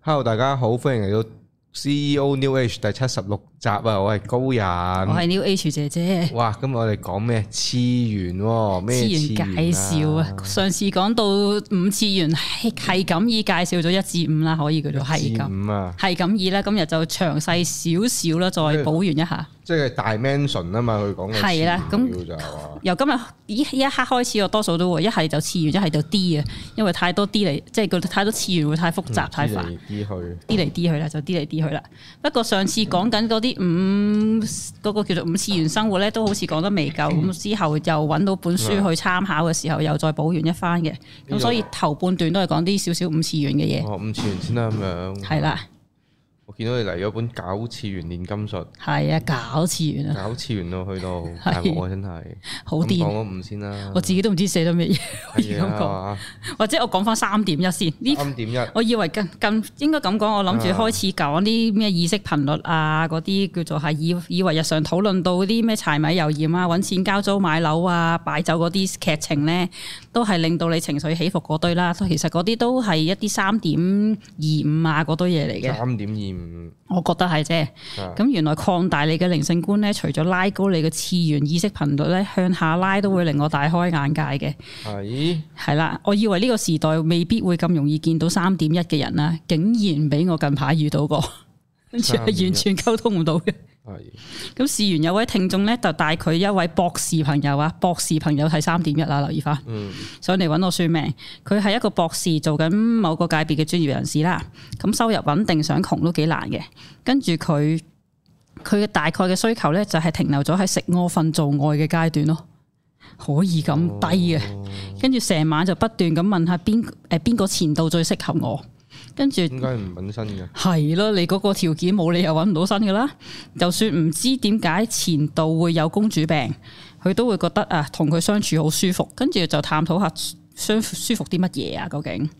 Hello，大家好，歡迎嚟到 CEO New Age 第七十六集啊！我係高人，我係 New Age 姐姐，哇！咁我哋講咩次元喎？咩次元次介紹啊！上次講到五次元係係咁意介紹咗一至五啦，可以叫做係咁咁啊，係咁意啦。今日就詳細少少啦，再補完一下。即係 dimension 啊嘛，佢講嘅次係元啦咁叫就啊話由今日依依一刻開始，我多數都會一係就次元，一係就 D 啊，因為太多 D 嚟，即係佢太多次元會太複雜太煩。嚟啲去，啲嚟啲去啦，就啲嚟啲去啦。不過上次講緊嗰啲五嗰、個叫做五次元生活咧，都好似講得未 夠。咁之後又揾到本書去參考嘅時候，又再補完一番嘅。咁所以頭半段都係講啲少少五次元嘅嘢，哦五次元先啦咁樣。係啦，我見到你嚟咗本搞次元煉金 術，係啊，搞次元啊，搞次元咯，去到大鑊啊真係。好咁癲！講咗五啊先啦，我自己都唔知寫咗咩嘢， 可以係咁講。啊，或者我講翻三點一先呢？三點一。我以為近近應該咁講，我諗住開始講啲咩意識頻率啊，嗰啲叫做係以以為日常討論到啲咩柴米油鹽啊、揾錢交租買樓啊、擺酒嗰啲劇情咧，都係令到你情緒起伏嗰堆啦。其實嗰啲都係一啲三點二五啊嗰堆嘢嚟嘅，三點二我覺得係啫。五，咁原來擴大你嘅靈性觀咧，除咗拉高你嘅次元意識頻率咧，向下拉都會令我大開眼界嘅。係係啦，我以為呢個時代未必會咁容易見到三點一嘅人啦，竟然俾我近排遇到過，跟住係完全溝通唔到嘅。係咁事完有位聽眾咧，就帶佢一位博士朋友啊，博士朋友係三點一啊，留意翻。嗯上嚟揾我算命，佢係一個博士，做緊某個界別嘅專業人士啦。咁收入穩定，想窮都幾難嘅。跟住佢佢嘅大概嘅需求咧，就係停留咗喺食屙瞓做愛嘅階段咯，可以咁低嘅。跟住成晚就不斷咁問下邊誒邊個前度最適合我，跟住。應該唔揾新 嘅。係咯，你嗰個條件冇理由揾唔到身噶啦。就算唔知點解前度會有公主病，佢都會覺得啊，同佢相處好舒服，跟住就探討下相舒服啲乜嘢啊？究竟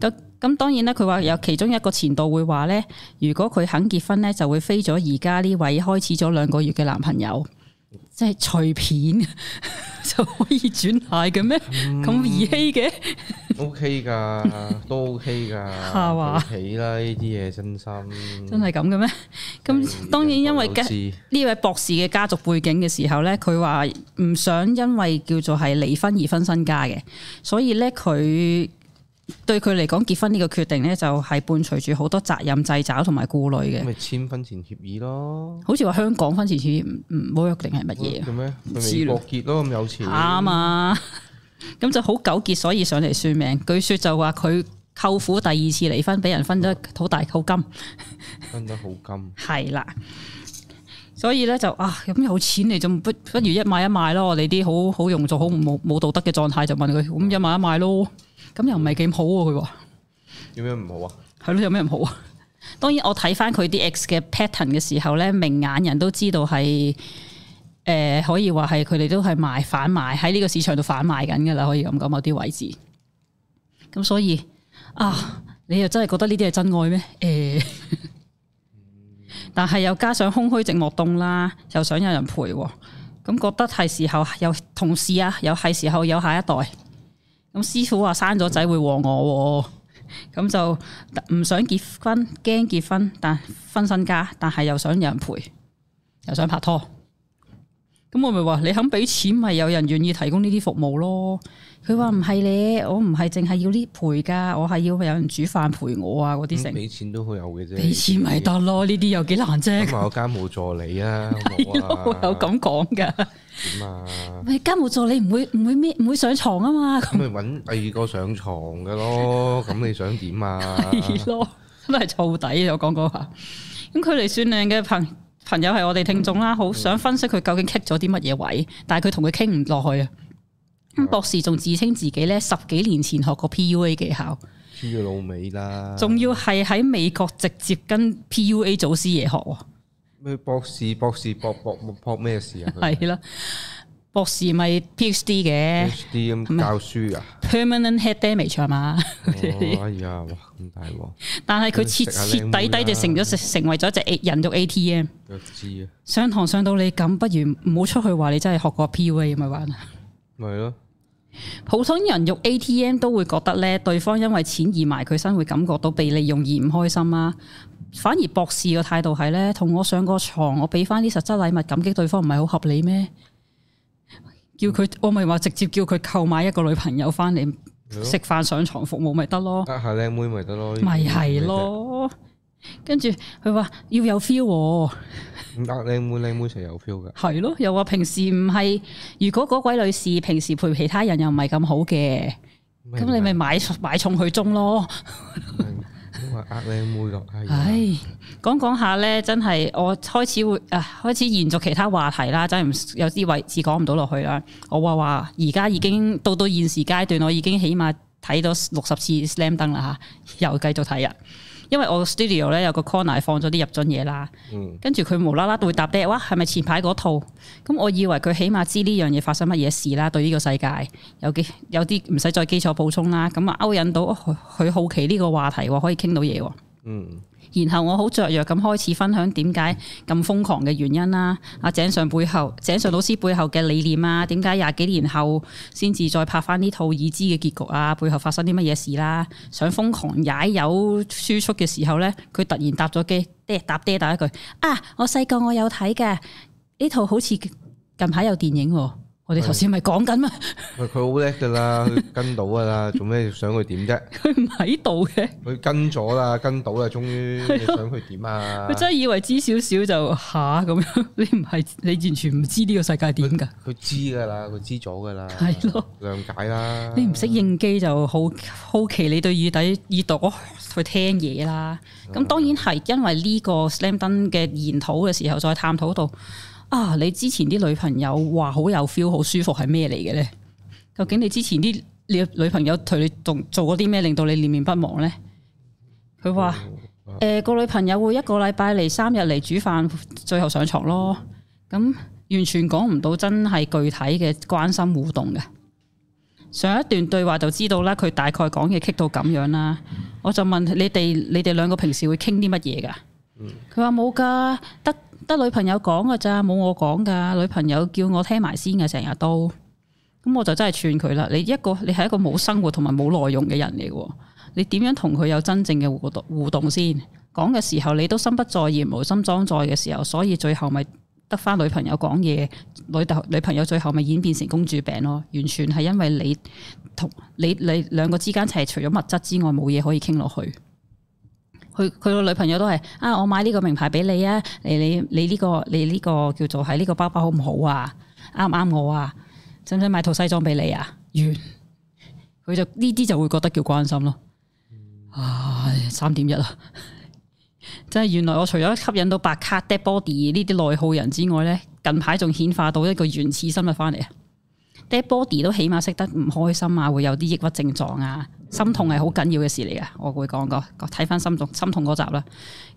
咁咁當然啦，佢話有其中一個前度會話呢，如果佢肯結婚呢，就會飛咗而家呢位開始咗兩個月嘅男朋友，即係隨便 就可以轉態嘅咩？咁兒戲嘅 O K 噶，都 O K 噶，係嘛起啦呢啲嘢真心。真係咁嘅咩？咁當然因為嘅。嘅呢位博士嘅家族背景嘅時候呢，佢話唔想因為叫做係離婚而分身家嘅，所以呢，佢對佢嚟講結婚呢個決定呢，就係伴隨住好多責任掣肘同埋顧慮嘅。咪簽婚前協議咯，好似話香港婚前協議唔唔冇約定係乜嘢啊做咩？唔去知美啦國結咯，咁有錢。啱啊！咁就好糾結，所以上嚟算命。據說就話佢舅父第二次離婚，俾人分咗好大口金。分得好金，係啦。所以咧就啊，咁有錢你就不不如一買一賣咯。我哋啲好好庸俗、好冇冇道德嘅狀態就問佢，咁一買一賣咯。咁又唔係幾好喎、佢話點樣唔好啊？係咯，有咩唔好啊？當然我睇翻佢啲 X 嘅 pattern 嘅時候咧，明眼人都知道係誒、呃可以話係佢哋都係賣反賣喺呢個市場度反賣緊㗎啦，可以咁講某啲位置。咁所以啊，你又真係覺得呢啲係真愛咩？呃誒、但係又加上空虛寂寞凍啦，又想有人陪喎，咁覺得係時候有同事啊，又係時候有下一代。咁師傅話生咗仔會和我喎，咁就唔想結婚，驚結婚，但分身家，但係又想有人陪，又想拍拖。咁我咪話你肯俾錢，咪有人願意提供呢啲服務咯。佢話唔係咧，我唔係淨係要呢陪噶，我係要有人煮飯陪我啊嗰啲成咁。嗯俾錢都好有嘅啫。俾錢咪得咯，呢啲有幾難啫咁。埋有家務助理啊，好係冇咯啊， 我有咁講噶。點啊？喂，家務助理唔會唔會咩唔會上床啊 嘛，咁咪揾第二個上床嘅咯，咁你想點 啊？係咯，都係燥底。啊我講嗰下，咁佢嚟算命嘅朋朋友係我哋聽眾啦，嗯好想分析佢究竟棘咗啲乜嘢位，但係佢同佢傾唔落去啊。哦咁博士仲自稱自己咧十幾年前學過 PUA 技巧，黐佢老尾啦！仲要係喺美國直接跟 PUA 祖師爺學喎。咩博士博士博博博咩事啊？佢係啦，博士咪嗯 PhD 嘅 HD 咁教書啊？ permanent head damage 係嘛？哦哎呀，哇咁大鑊，但係佢徹食下徹靚底妹啊啦底就成咗成成為咗一隻 A- 人肉 ATM。腳知啊，上堂上到你咁，不如唔好出去話你真係學過 PUA 咪玩啊！咪係咯，普通人用 ATM 都會覺得咧，對方因為錢而埋佢身，會感覺到被利用而唔開心啦。反而博士個態度係咧，同我上個床，我俾翻啲實質禮物感激對方，唔係好合理咩？叫佢，我咪話直接叫佢購買一個女朋友翻嚟食飯上床服務咪得咯。呃下靚妹咪得咯，咪係，咯。跟住佢話要有 feel 喎，呃靚妹靚妹就有 feel 噶，係咯，又話平時唔係，如果嗰位女士平時陪其他人又唔係咁好嘅，咁你咪買買重佢中咯。因為呃靚妹咯，哎呀唉，講講下咧，真係我開始會啊，開始延續其他話題啦，真係唔有啲位置講唔到落去啦。我話話而家已經到到現時階段，我已經起碼睇到六十次 slam dunk 啦吓，又繼續睇啊！因為我 studio 咧有個 corner 放咗啲入樽嘢啦，嗯跟住佢無啦啦會答爹，哇，係咪前排嗰套？咁我以為佢起碼知呢樣嘢發生乜嘢事啦，對呢個世界有幾有啲唔使再基礎補充啦。咁啊勾引到哦佢佢好奇呢個話題喎，可以傾到嘢喎。嗯，然後我好雀躍咁開始分享點解咁瘋狂嘅原因啦，阿井上背後井上老師背後嘅理念啊，點解廿幾年後先至再拍翻呢套已知嘅結局啊，背後發生啲乜嘢事啦？想瘋狂踩油輸出嘅時候呢，佢突然搭咗機，爹搭爹打一句啊！我細個我有睇嘅呢套好似近排有電影喎，我哋頭先咪講緊咩？喂佢好叻噶啦，佢跟到噶啦，做咩想佢點啫？佢唔喺度嘅，佢跟咗啦，跟到啦，終於你想佢點 啊佢？真係以為知少少就吓咁樣，你唔係你完全唔知呢個世界點㗎。佢知噶啦，佢知咗噶啦，係咯，諒解啦。你唔識應機就好好奇你對耳底耳朵去聽嘢啦。咁當然係因為呢個 slam dunk 嘅研討嘅時候，再探討到啊，你之前啲女朋友話好有 feel、好舒服係咩嚟嘅咧？究竟你之前啲你女朋友對你仲做過啲咩，令到你念念不忘咧？佢話誒個女朋友會一個禮拜嚟三日嚟煮飯，最後上床咯。咁完全講唔到真係具體嘅關心互動嘅。上一段對話就知道啦，佢大概講嘢棘到咁樣啦。我就問你哋，你哋兩個平時會傾啲乜嘢噶？佢話冇噶，得得女朋友講噶咋，冇我講噶。女朋友叫我聽埋先嘅，成日都。咁我就真係串佢啦。你一個你係一個冇生活同埋冇內容嘅人嚟嘅喎，你點樣同佢有真正嘅互動互動先？講嘅時候你都心不在焉、無心裝載嘅時候，所以最後咪得翻女朋友講嘢，女頭女朋友最後咪演變成公主病咯。完全係因為你同你你兩個之間係除咗物質之外冇嘢可以傾落去。佢佢個女朋友都係啊，我買呢個名牌俾你啊，你你你呢、個你呢個叫做係呢個包包好唔好啊？啱唔啱我啊？使唔使買套西裝俾你啊？完，佢就呢啲就會覺得叫關心咯。唉，三點一啊！真係原來我除咗吸引到白卡、dead body 呢啲內耗人之外咧，近排仲顯化到一個原始生物翻嚟啊！dead body 都起碼識得唔開心啊，會有啲抑鬱症狀啊，心痛係好緊要嘅事嚟噶。我會講過，睇翻心痛心痛嗰集啦。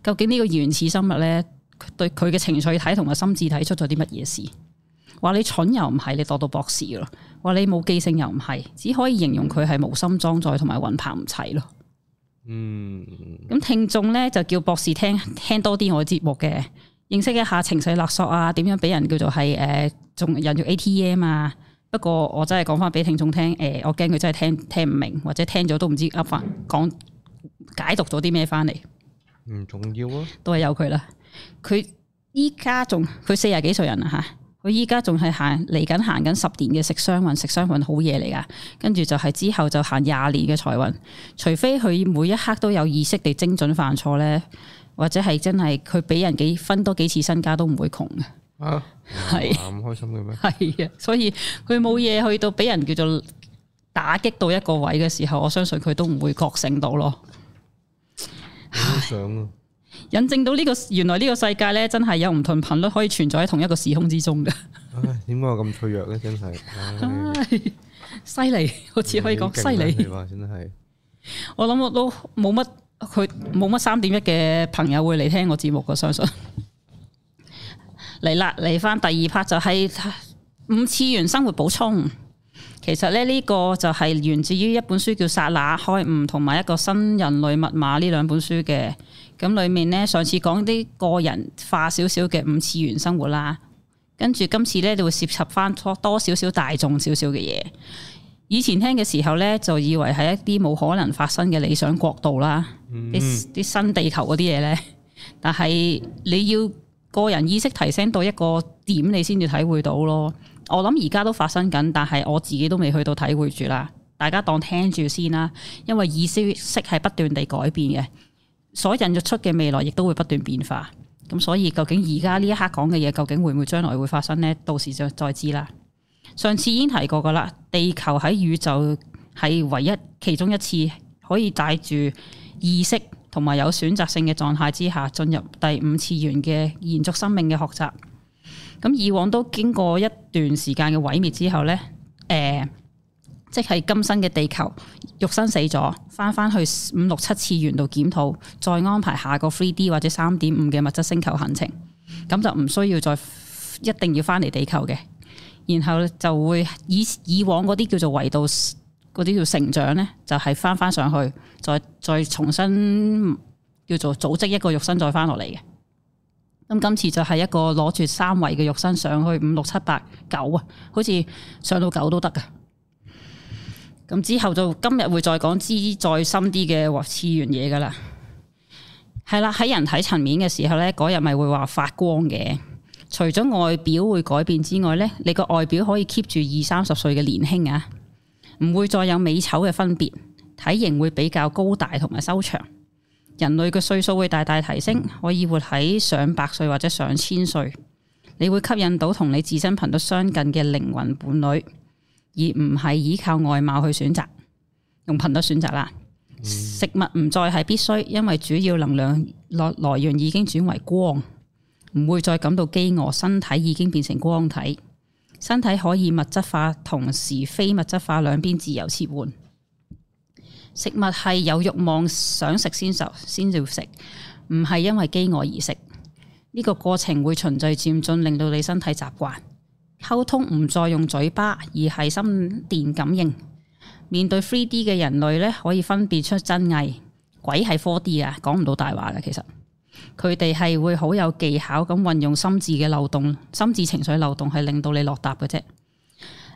究竟呢個原始生物咧，佢對佢嘅情緒體同埋心智體出咗啲乜嘢事？話你蠢又唔係，你度到博士咯；話你冇記性又唔係，只可以形容佢係無心裝載同埋魂魄唔齊咯。Ừ. 嗯，咁聽眾咧就叫博士聽聽多啲我嘅節目嘅，認識一下情緒勒索啊，點樣俾人叫做係誒仲人肉 ATM 啊。不過我真係講翻俾聽眾聽，誒、我驚佢真係聽聽唔明，或者聽咗都唔知噏翻講解讀咗啲咩翻嚟。唔重要啊。都係有佢啦。佢依家仲佢四廿幾歲人啦啊吓，佢依家仲係行嚟緊行緊十年嘅食商運，食商運好嘢嚟噶。跟住就係之後就行廿年嘅財運，除非佢每一刻都有意識地精準犯錯咧，或者係真係佢俾人幾分多幾次身家都唔會窮嘅。 啊，係咁開心嘅咩？係啊，所以佢冇嘢去到俾人叫做打擊到一個位嘅時候，我相信佢都唔會覺醒到咯。好想啊！引證到呢、個原來呢個世界咧，真係有唔同頻率可以存在喺同一個時空之中嘅，唉，點解我咁脆弱咧？真係，唉唉犀利，我只可以講犀你利。話真係，我諗我都冇乜佢冇乜三點一嘅朋友會嚟聽我節目嘅，相信。嚟啦，嚟翻第二 part 就係五次元生活補充。其實咧呢個就係源自於一本書叫《剎那開悟》同埋一個新人類密碼呢兩本書嘅。咁裏面咧上次講啲個人化少少嘅五次元生活啦，跟住今次咧就會涉及翻多多少少大眾少少嘅嘢。以前聽嘅時候咧，就以為係一啲冇可能發生嘅理想國度啦，Ừ. 嗯啲啲、新地球嗰啲嘢咧。 但係你要個人意識提升到一個點，你先至體會到咯。我諗而家都發生緊，但係我自己都未去到體會住啦。大家當聽住先啦，因為意識識係不斷地改變嘅，所孕育出嘅未來亦都會不斷變化。咁所以究竟而家呢一刻講嘅嘢，究竟會唔會將來會發生呢？到時就再知啦。上次已經提過噶啦，地球喺宇宙係唯一其中一次可以帶住意識同埋有選擇性嘅狀態之下，進入第五次元嘅延續生命嘅學習。咁以往都經過一段時間嘅毀滅之後呢，誒、即係今生嘅地球肉身死咗，翻翻去五六七次元度檢討，再安排下個 3D 或者三點五嘅物質星球行程，咁就唔需要再一定要翻嚟地球嘅。然後就會以以往嗰啲叫做維度嗰啲叫成長呢，就係翻翻上去，再再重新叫做組織一個肉身再翻落嚟嘅。咁今次就係一個攞住三維嘅肉身上去五六七八九啊，好似上到九都得噶。咁之後就今日會再講之再深啲嘅次元嘢噶啦。係啦，喺人體層面嘅時候呢，嗰日咪會話發光嘅。除咗外表會改變之外呢，你個外表可以 keep 住二三十歲嘅年輕啊，唔會再有美醜嘅分別，體型會比較高大同埋修長。人類嘅歲數會大大提升，可以活喺上百歲或者上千歲。你會吸引到同你自身頻率相近嘅靈魂伴侶，而唔係依靠外貌去選擇，用頻率選擇啦。食物唔再係必須，因為主要能量來來源已經轉為光。唔會再感到飢餓，身體已經變成光體，身體可以物質化同時非物質化兩邊自由切換。食物係有慾望想食先受先至食，唔係因為飢餓而食。呢、個過程會循序漸進，令到你身體習慣。溝通唔再用嘴巴，而係心電感應。面對 3D 嘅人類呢，可以分辨出真偽。鬼係 4D 啊，講唔到大話嘅其實。佢哋係會好有技巧咁運用心智嘅漏洞、心智情緒漏洞，係令到你落答嘅啫。誒、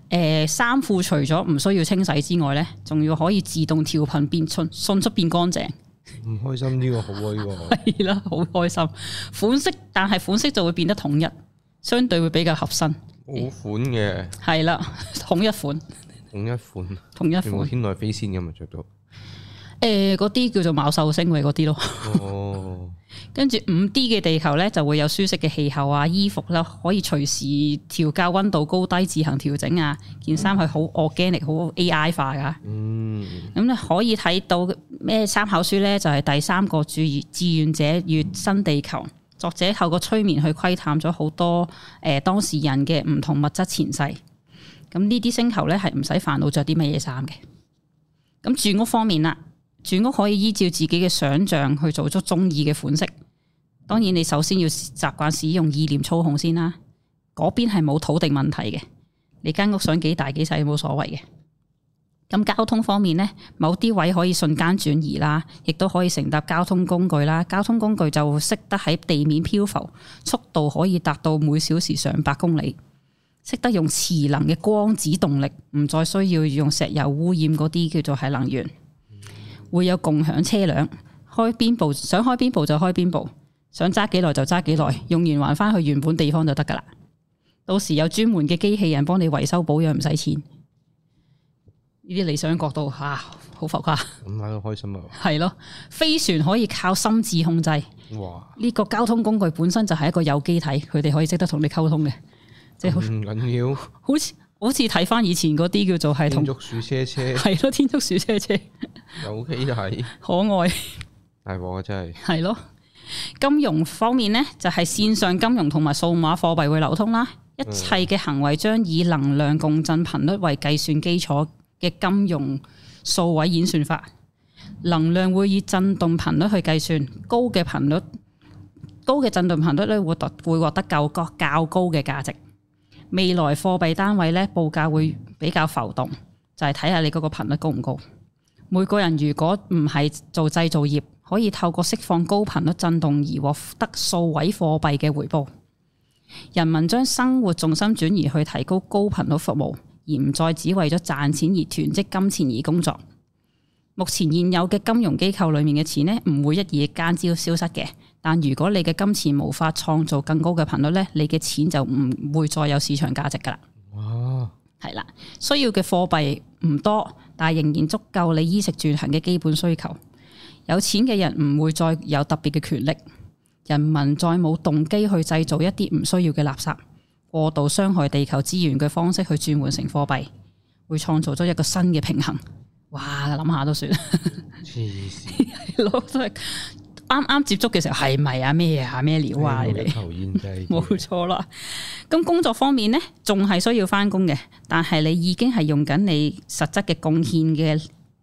呃衫褲除咗唔需要清洗之外呢，仲要可以自動調頻變迅迅速變乾淨， 唔開心呢個好啊呢個。係啦，好開心。款式但係款式就會變得統一，相對會比較合身。冇款嘅，係啦， 統一款，同一款，統一全部款。天外飛仙咁啊着到。誒嗰啲叫做昴壽星嘅嗰啲咯。哦，跟住五 D 嘅地球呢，就會有舒適嘅氣候啊，衣服啦可以隨時調校温度高低，自行調整啊。件衫係好 organic，好 AI 化噶。Ừ, 嗯，咁咧可以睇到咩參考書呢？就係、第三個志願志願者與新地球，作者透過催眠去窺探咗好多誒、呃、當事人嘅唔同物質前世。咁呢啲星球呢，係唔使煩惱着啲乜嘢衫嘅。咁住屋方面啦，住屋可以依照自己嘅想像去做出中意嘅款式。當然你首先要習慣使用意念操控先啦。嗰邊係冇土地問題嘅，你間屋想幾大幾細冇所謂嘅。咁交通方面呢，某啲位可以瞬間轉移啦，亦都可以乘搭交通工具啦。交通工具就識得喺地面漂浮，速度可以達到每小時上百公里，識得用磁能嘅光子動力，唔再需要用石油污染嗰啲叫做係能源。會有共享車輛，開邊部想開邊部就開邊部，想揸幾耐就揸幾耐，用完還翻去原本地方就得㗎啦。到時有專門嘅機器人幫你維修保養，唔使錢。呢啲理想角度吓，啊好浮誇， 咁睇到開心啊！係咯。飛船可以靠心智控制，呢、哇，個交通工具本身就係一個有機體，佢哋可以識得同你溝通嘅，即係好唔緊要，好似好似睇翻以前嗰啲叫做係天同竺鼠車車係咯天竺鼠車車有機體，可愛。大鑊啊真係，係咯。金融方面呢，就係線上金融同埋數碼貨幣會流通啦。一切嘅行為將以能量共振頻率為計算基礎嘅金融數位演算法，能量會以振動頻率去計算，高嘅頻率，高嘅振動頻率咧會得會獲得較高較高嘅價值。未來貨幣單位咧報價會比較浮動，就係睇下你嗰個頻率高唔高。每個人如果唔係做製造業，可以透過釋放高頻率震動而獲得數位貨幣嘅回報。人民將生活重心轉移去提高高頻率服務，而唔再只為咗賺錢而囤積金錢而工作。目前現有嘅金融機構裡面嘅錢呢，唔會一夜間消消失嘅。但如果你嘅金錢無法創造更高嘅頻率呢，你嘅錢就唔會再有市場價值㗎啦。哇！係啦，需要嘅貨幣唔多，但係仍然足夠你衣食住行嘅基本需求。有錢嘅人唔會再有特別嘅權力，人民再冇動機去製造一啲唔需要嘅垃圾，過度傷害地球資源嘅方式去轉換成貨幣，會創造咗一個新嘅平衡。哇！諗下都算，黐線，老真係啱啱接觸嘅時候係咪啊咩啊咩料啊你哋？頭煙劑冇錯啦。咁工作方面呢，仲係需要翻工嘅，但係你已經係用緊你實質嘅貢獻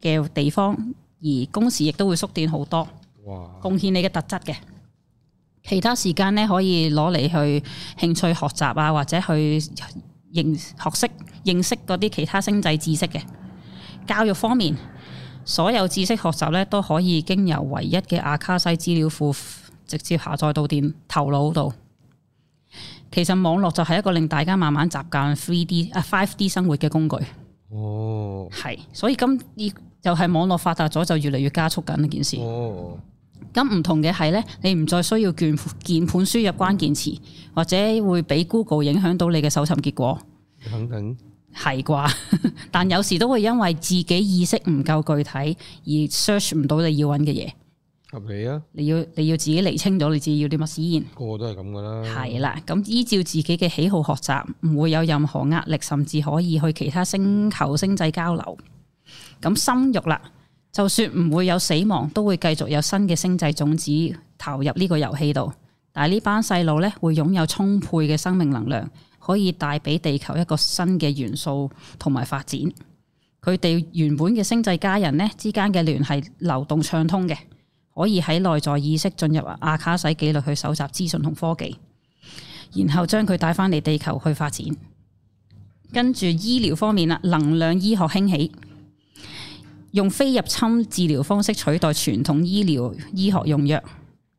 嘅嘅地方，而工時亦都會縮短好多，哇！貢獻你嘅特質嘅。其他時間呢，可以攞嚟去興趣學習啊，或者去認學識認識嗰啲其他星際知識嘅。教育方面，所有知識學習呢都可以經由唯一嘅阿卡西資料庫直接下載到電頭腦度。其實網絡就係一個令大家慢慢習慣 three D 啊 five D 生活嘅工具，哦係，所以今呢就係網絡發達咗，就越嚟越加速緊呢件事。哦，咁唔同嘅係咧，你唔再需要鍵鍵盤輸入關鍵詞，或者會俾 Google 影響到你嘅搜尋結果，肯定係啩？ 但有時都會因為自己意識唔夠具體而 search 唔到你要揾嘅嘢，合理啊，你要你要自己釐清咗你自己要啲乜先。個個都係咁噶啦。係啦，咁依照自己嘅喜好學習，唔會有任何壓力，甚至可以去其他星球星際交流。咁生育啦，就算唔會有死亡，都會繼續有新嘅星際種子投入呢個遊戲度。但係呢班細路呢，會擁有充沛嘅生命能量，可以帶俾地球一個新嘅元素同埋發展。佢哋原本嘅星際家人呢之間嘅聯繫流動暢通嘅，可以喺內在意識進入阿卡西紀律去搜集資訊同科技。然後將佢帶翻嚟地球去發展。跟住醫療方面啦，能量醫學興起，用非入侵治療方式取代傳統醫療醫學用藥。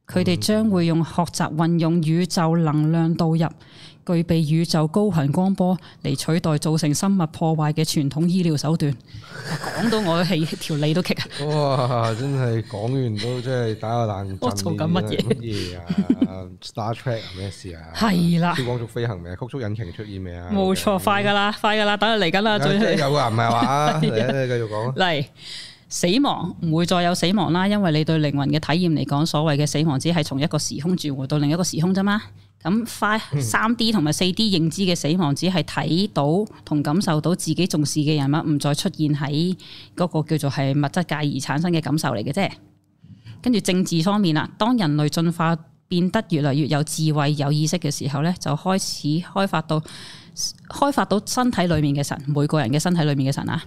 佢嗯哋將會用學習運用宇宙能量導入，具備宇宙高頻光波嚟取代造成生物破壞嘅傳統醫療手段。講到我氣條脷都棘啊！哇！真係講完都真係打個冷震。我做緊乜嘢乜嘢啊？Star Trek 係咩事啊？係啦超光速飛行未啊？曲速引擎出現未啊？冇錯，快噶啦，快噶啦，等佢嚟緊啦，最有有啊，唔係 話嚟啊，你繼續講啊。嚟死亡唔會再有死亡啦，因為你對靈魂嘅體驗嚟講，所謂嘅死亡只係從一個時空轉換到另一個時空啫嘛。咁快三 D 同埋四 D 認知嘅死亡，只係睇到同感受到自己重視嘅人物唔再出現喺嗰個叫做係物質界而產生嘅感受嚟嘅啫。跟住政治方面啦，當人類進化變得越嚟越有智慧、有意識嘅時候咧，就開始開發到開發到身體裡面嘅神，每個人嘅身體裡面嘅神啊。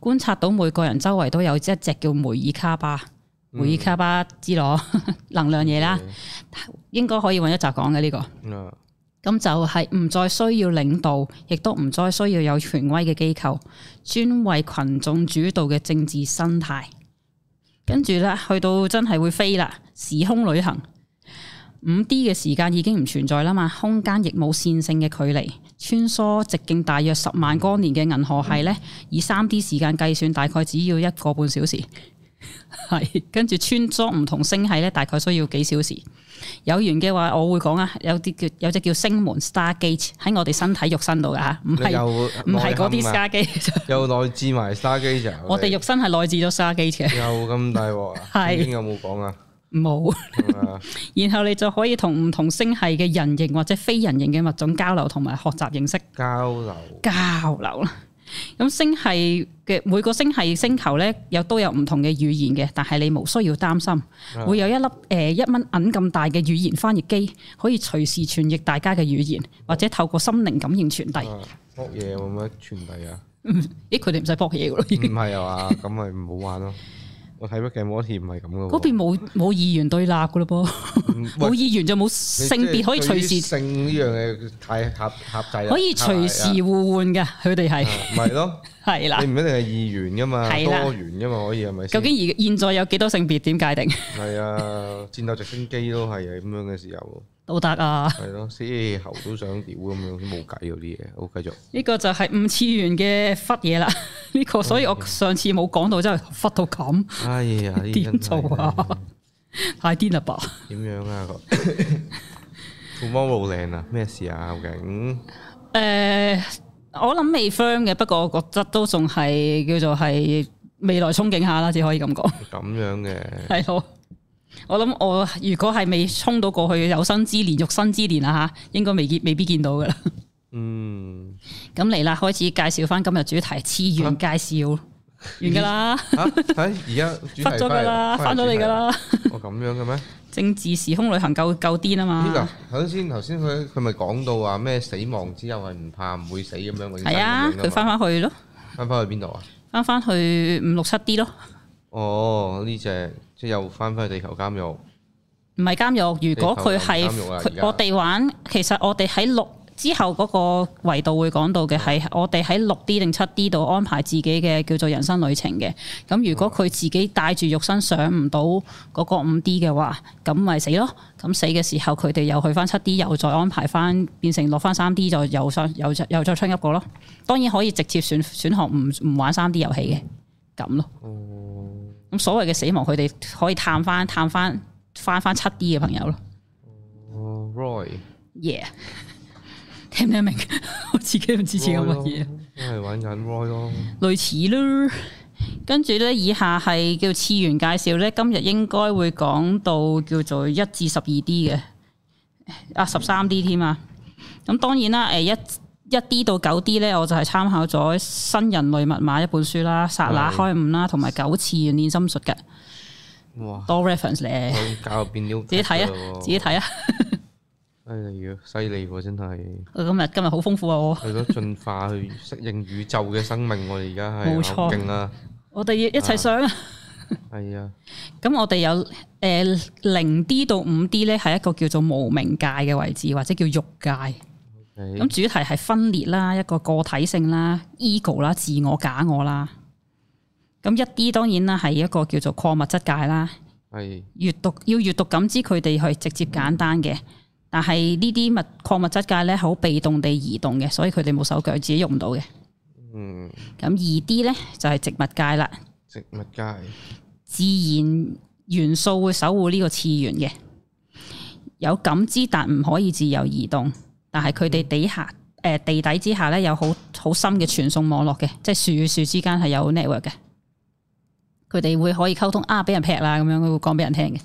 觀察到每個人周圍都有一隻叫梅爾卡巴，梅爾卡巴之羅 能量嘢啦，應該可以揾一集講嘅呢個。啊，咁就係唔再需要領導，亦都唔再需要有權威嘅機構，專為群眾主導嘅政治生態。跟住咧，去到真係會飛啦，時空旅行。五 D 嘅時間已經唔存在啦嘛，空間亦冇線性嘅距離，穿梭直徑大約十萬光年嘅銀河系呢，以三 D 時間計算，大概只要一個半小 時。係，跟住穿梭唔同星系呢，大概需要幾小時。有緣嘅話，我會講啊，有啲叫有隻叫星門 Star Gate 喺我哋身體肉身度噶嚇，唔你係又唔係嗰啲內涵啊 Star Gate，又內置埋 Star Gate 啊！我哋肉身係內置咗 Star Gate 嘅， 又咁大鑊啊！係已經有冇講啊？冇。係嘛然後你就可以同唔同星系嘅人形或者非人形嘅物種交流同埋學習認識交流 交流啦。 咁星系嘅每個星系星球咧，有都有唔同嘅語言嘅，但係你無需要擔心，啊會有一粒誒、呃一蚊銀咁大嘅語言翻譯機，可以隨時傳譯大家嘅語言，或者透過心靈感應傳遞。啊，撲嘢有冇乜傳遞啊？咦，佢哋唔使搏嘢噶咯，已唔經係啊嘛，咁咪唔好玩咯。我睇 r i c 唔係咁噶嗰邊冇冇議員對立噶咯噃，嗯冇議員就冇性別可以隨時性呢樣嘢太狹狹窄啦，可以隨時互換噶，佢哋係啊唔係 咯？係啦啊你。唔一定係二元噶嘛，係啦多元噶嘛，可以係咪先？究竟 而現在有幾多性別點界定？係啊，戰鬥直升機都係咁樣嘅時候，都得啊！係咯，獅喉都想屌咁樣，冇計嗰啲嘢。好，繼續。呢個就係五次元嘅忽嘢啦。 呢哦個所以我上次冇講到，真係忽到咁，哎 呀，呢啲真點係做啊？太癲啦吧！點樣啊？Tomorrow 靚啊？咩事啊？究竟诶、我諗未 firm 嘅，不過我覺得都仲係叫做係未來憧憬下啦，只可以咁講，咁樣嘅？係咯。我諗我如果係未衝到過去有生之年、肉身之年啊吓，應該未見未必見到噶啦。嗯，咁嚟啦，開始介紹翻今日主題次元介紹完噶啦， 嚇啊唉而家主題發咗噶啦，返翻嚟咗嚟噶。啦。返嚟主題哦，咁樣嘅咩？政治時空旅行夠夠癲啊呢嘛，嗱，頭先頭先佢佢咪講到話咩死亡之後係唔怕唔會死咁樣嗰啲係啊，咁樣㗎嘛佢翻翻去咯，翻返去邊度啊？翻翻去五六七 D 咯，哦，呢只即係又翻返去地球監獄。唔係監獄。如果佢係地球唔監獄啊而佢家我哋玩，其實我哋喺六之後嗰個維度會講到嘅係，嗯我哋喺六 D 定七 D 度安排自己嘅叫做人生旅程嘅。咁如果佢自己帶住肉身上唔到嗰個五 D 嘅話，咁咪死咯。咁死嘅時候，佢哋又去翻七 D，又再安排翻變成落翻三 D，再又上又再又再出一個咯。當然可以直接選選項唔唔玩三 D 遊戲嘅咁咯。哦，咁所謂嘅死亡，佢哋可以探翻探翻翻翻七 D 嘅朋友咯。哦，Roy，耶！聽唔聽得明？ 我自己唔知自己講乜嘢，都係玩緊 Roy 咯。 類似咯。跟住咧，以下係叫次元介紹咧，今日應該會講到叫做一至十二 D 嘅，啊十三 D 添啊。咁當然啦，誒一一 D 到九 D 咧，我就係參考咗《新人類密碼》一本書啦，《剎那係開悟》啦，同埋《九次元練心術》嘅，哇，多 reference 咧，咁搞入邊都自己睇啊，自己睇啊。 犀利啊，犀利喎，真係。我今日今日好豐富啊！我係咯，進化去適應宇宙嘅生命，我哋而家係冇錯好勁啊！我哋要一齊上啊！係啊，咁我哋有誒零 D 到五 D 咧，係一個叫做無名界嘅位置，或者叫欲界。咁咁主題係分裂啦，一個個體性啦、ego 啦、自我、假我啦。咁一 D 當然啦，係一個叫做礦物質界啦。係閱讀要閱讀感知佢哋係直接簡單嘅，但係呢啲物礦物質界咧好被動地移動嘅，所以佢哋冇手腳，自己喐唔到嘅。嗯咁二 D 咧就係、植物界啦，植物界自然元素會守護呢個次元嘅，有感知但唔可以自由移動，但係佢哋底下誒、呃地底之下咧有好好深嘅傳送網絡嘅，即係樹與樹之間係有 network 嘅，佢哋會可以溝通啊，俾人劈啦咁樣，佢會講俾人聽嘅。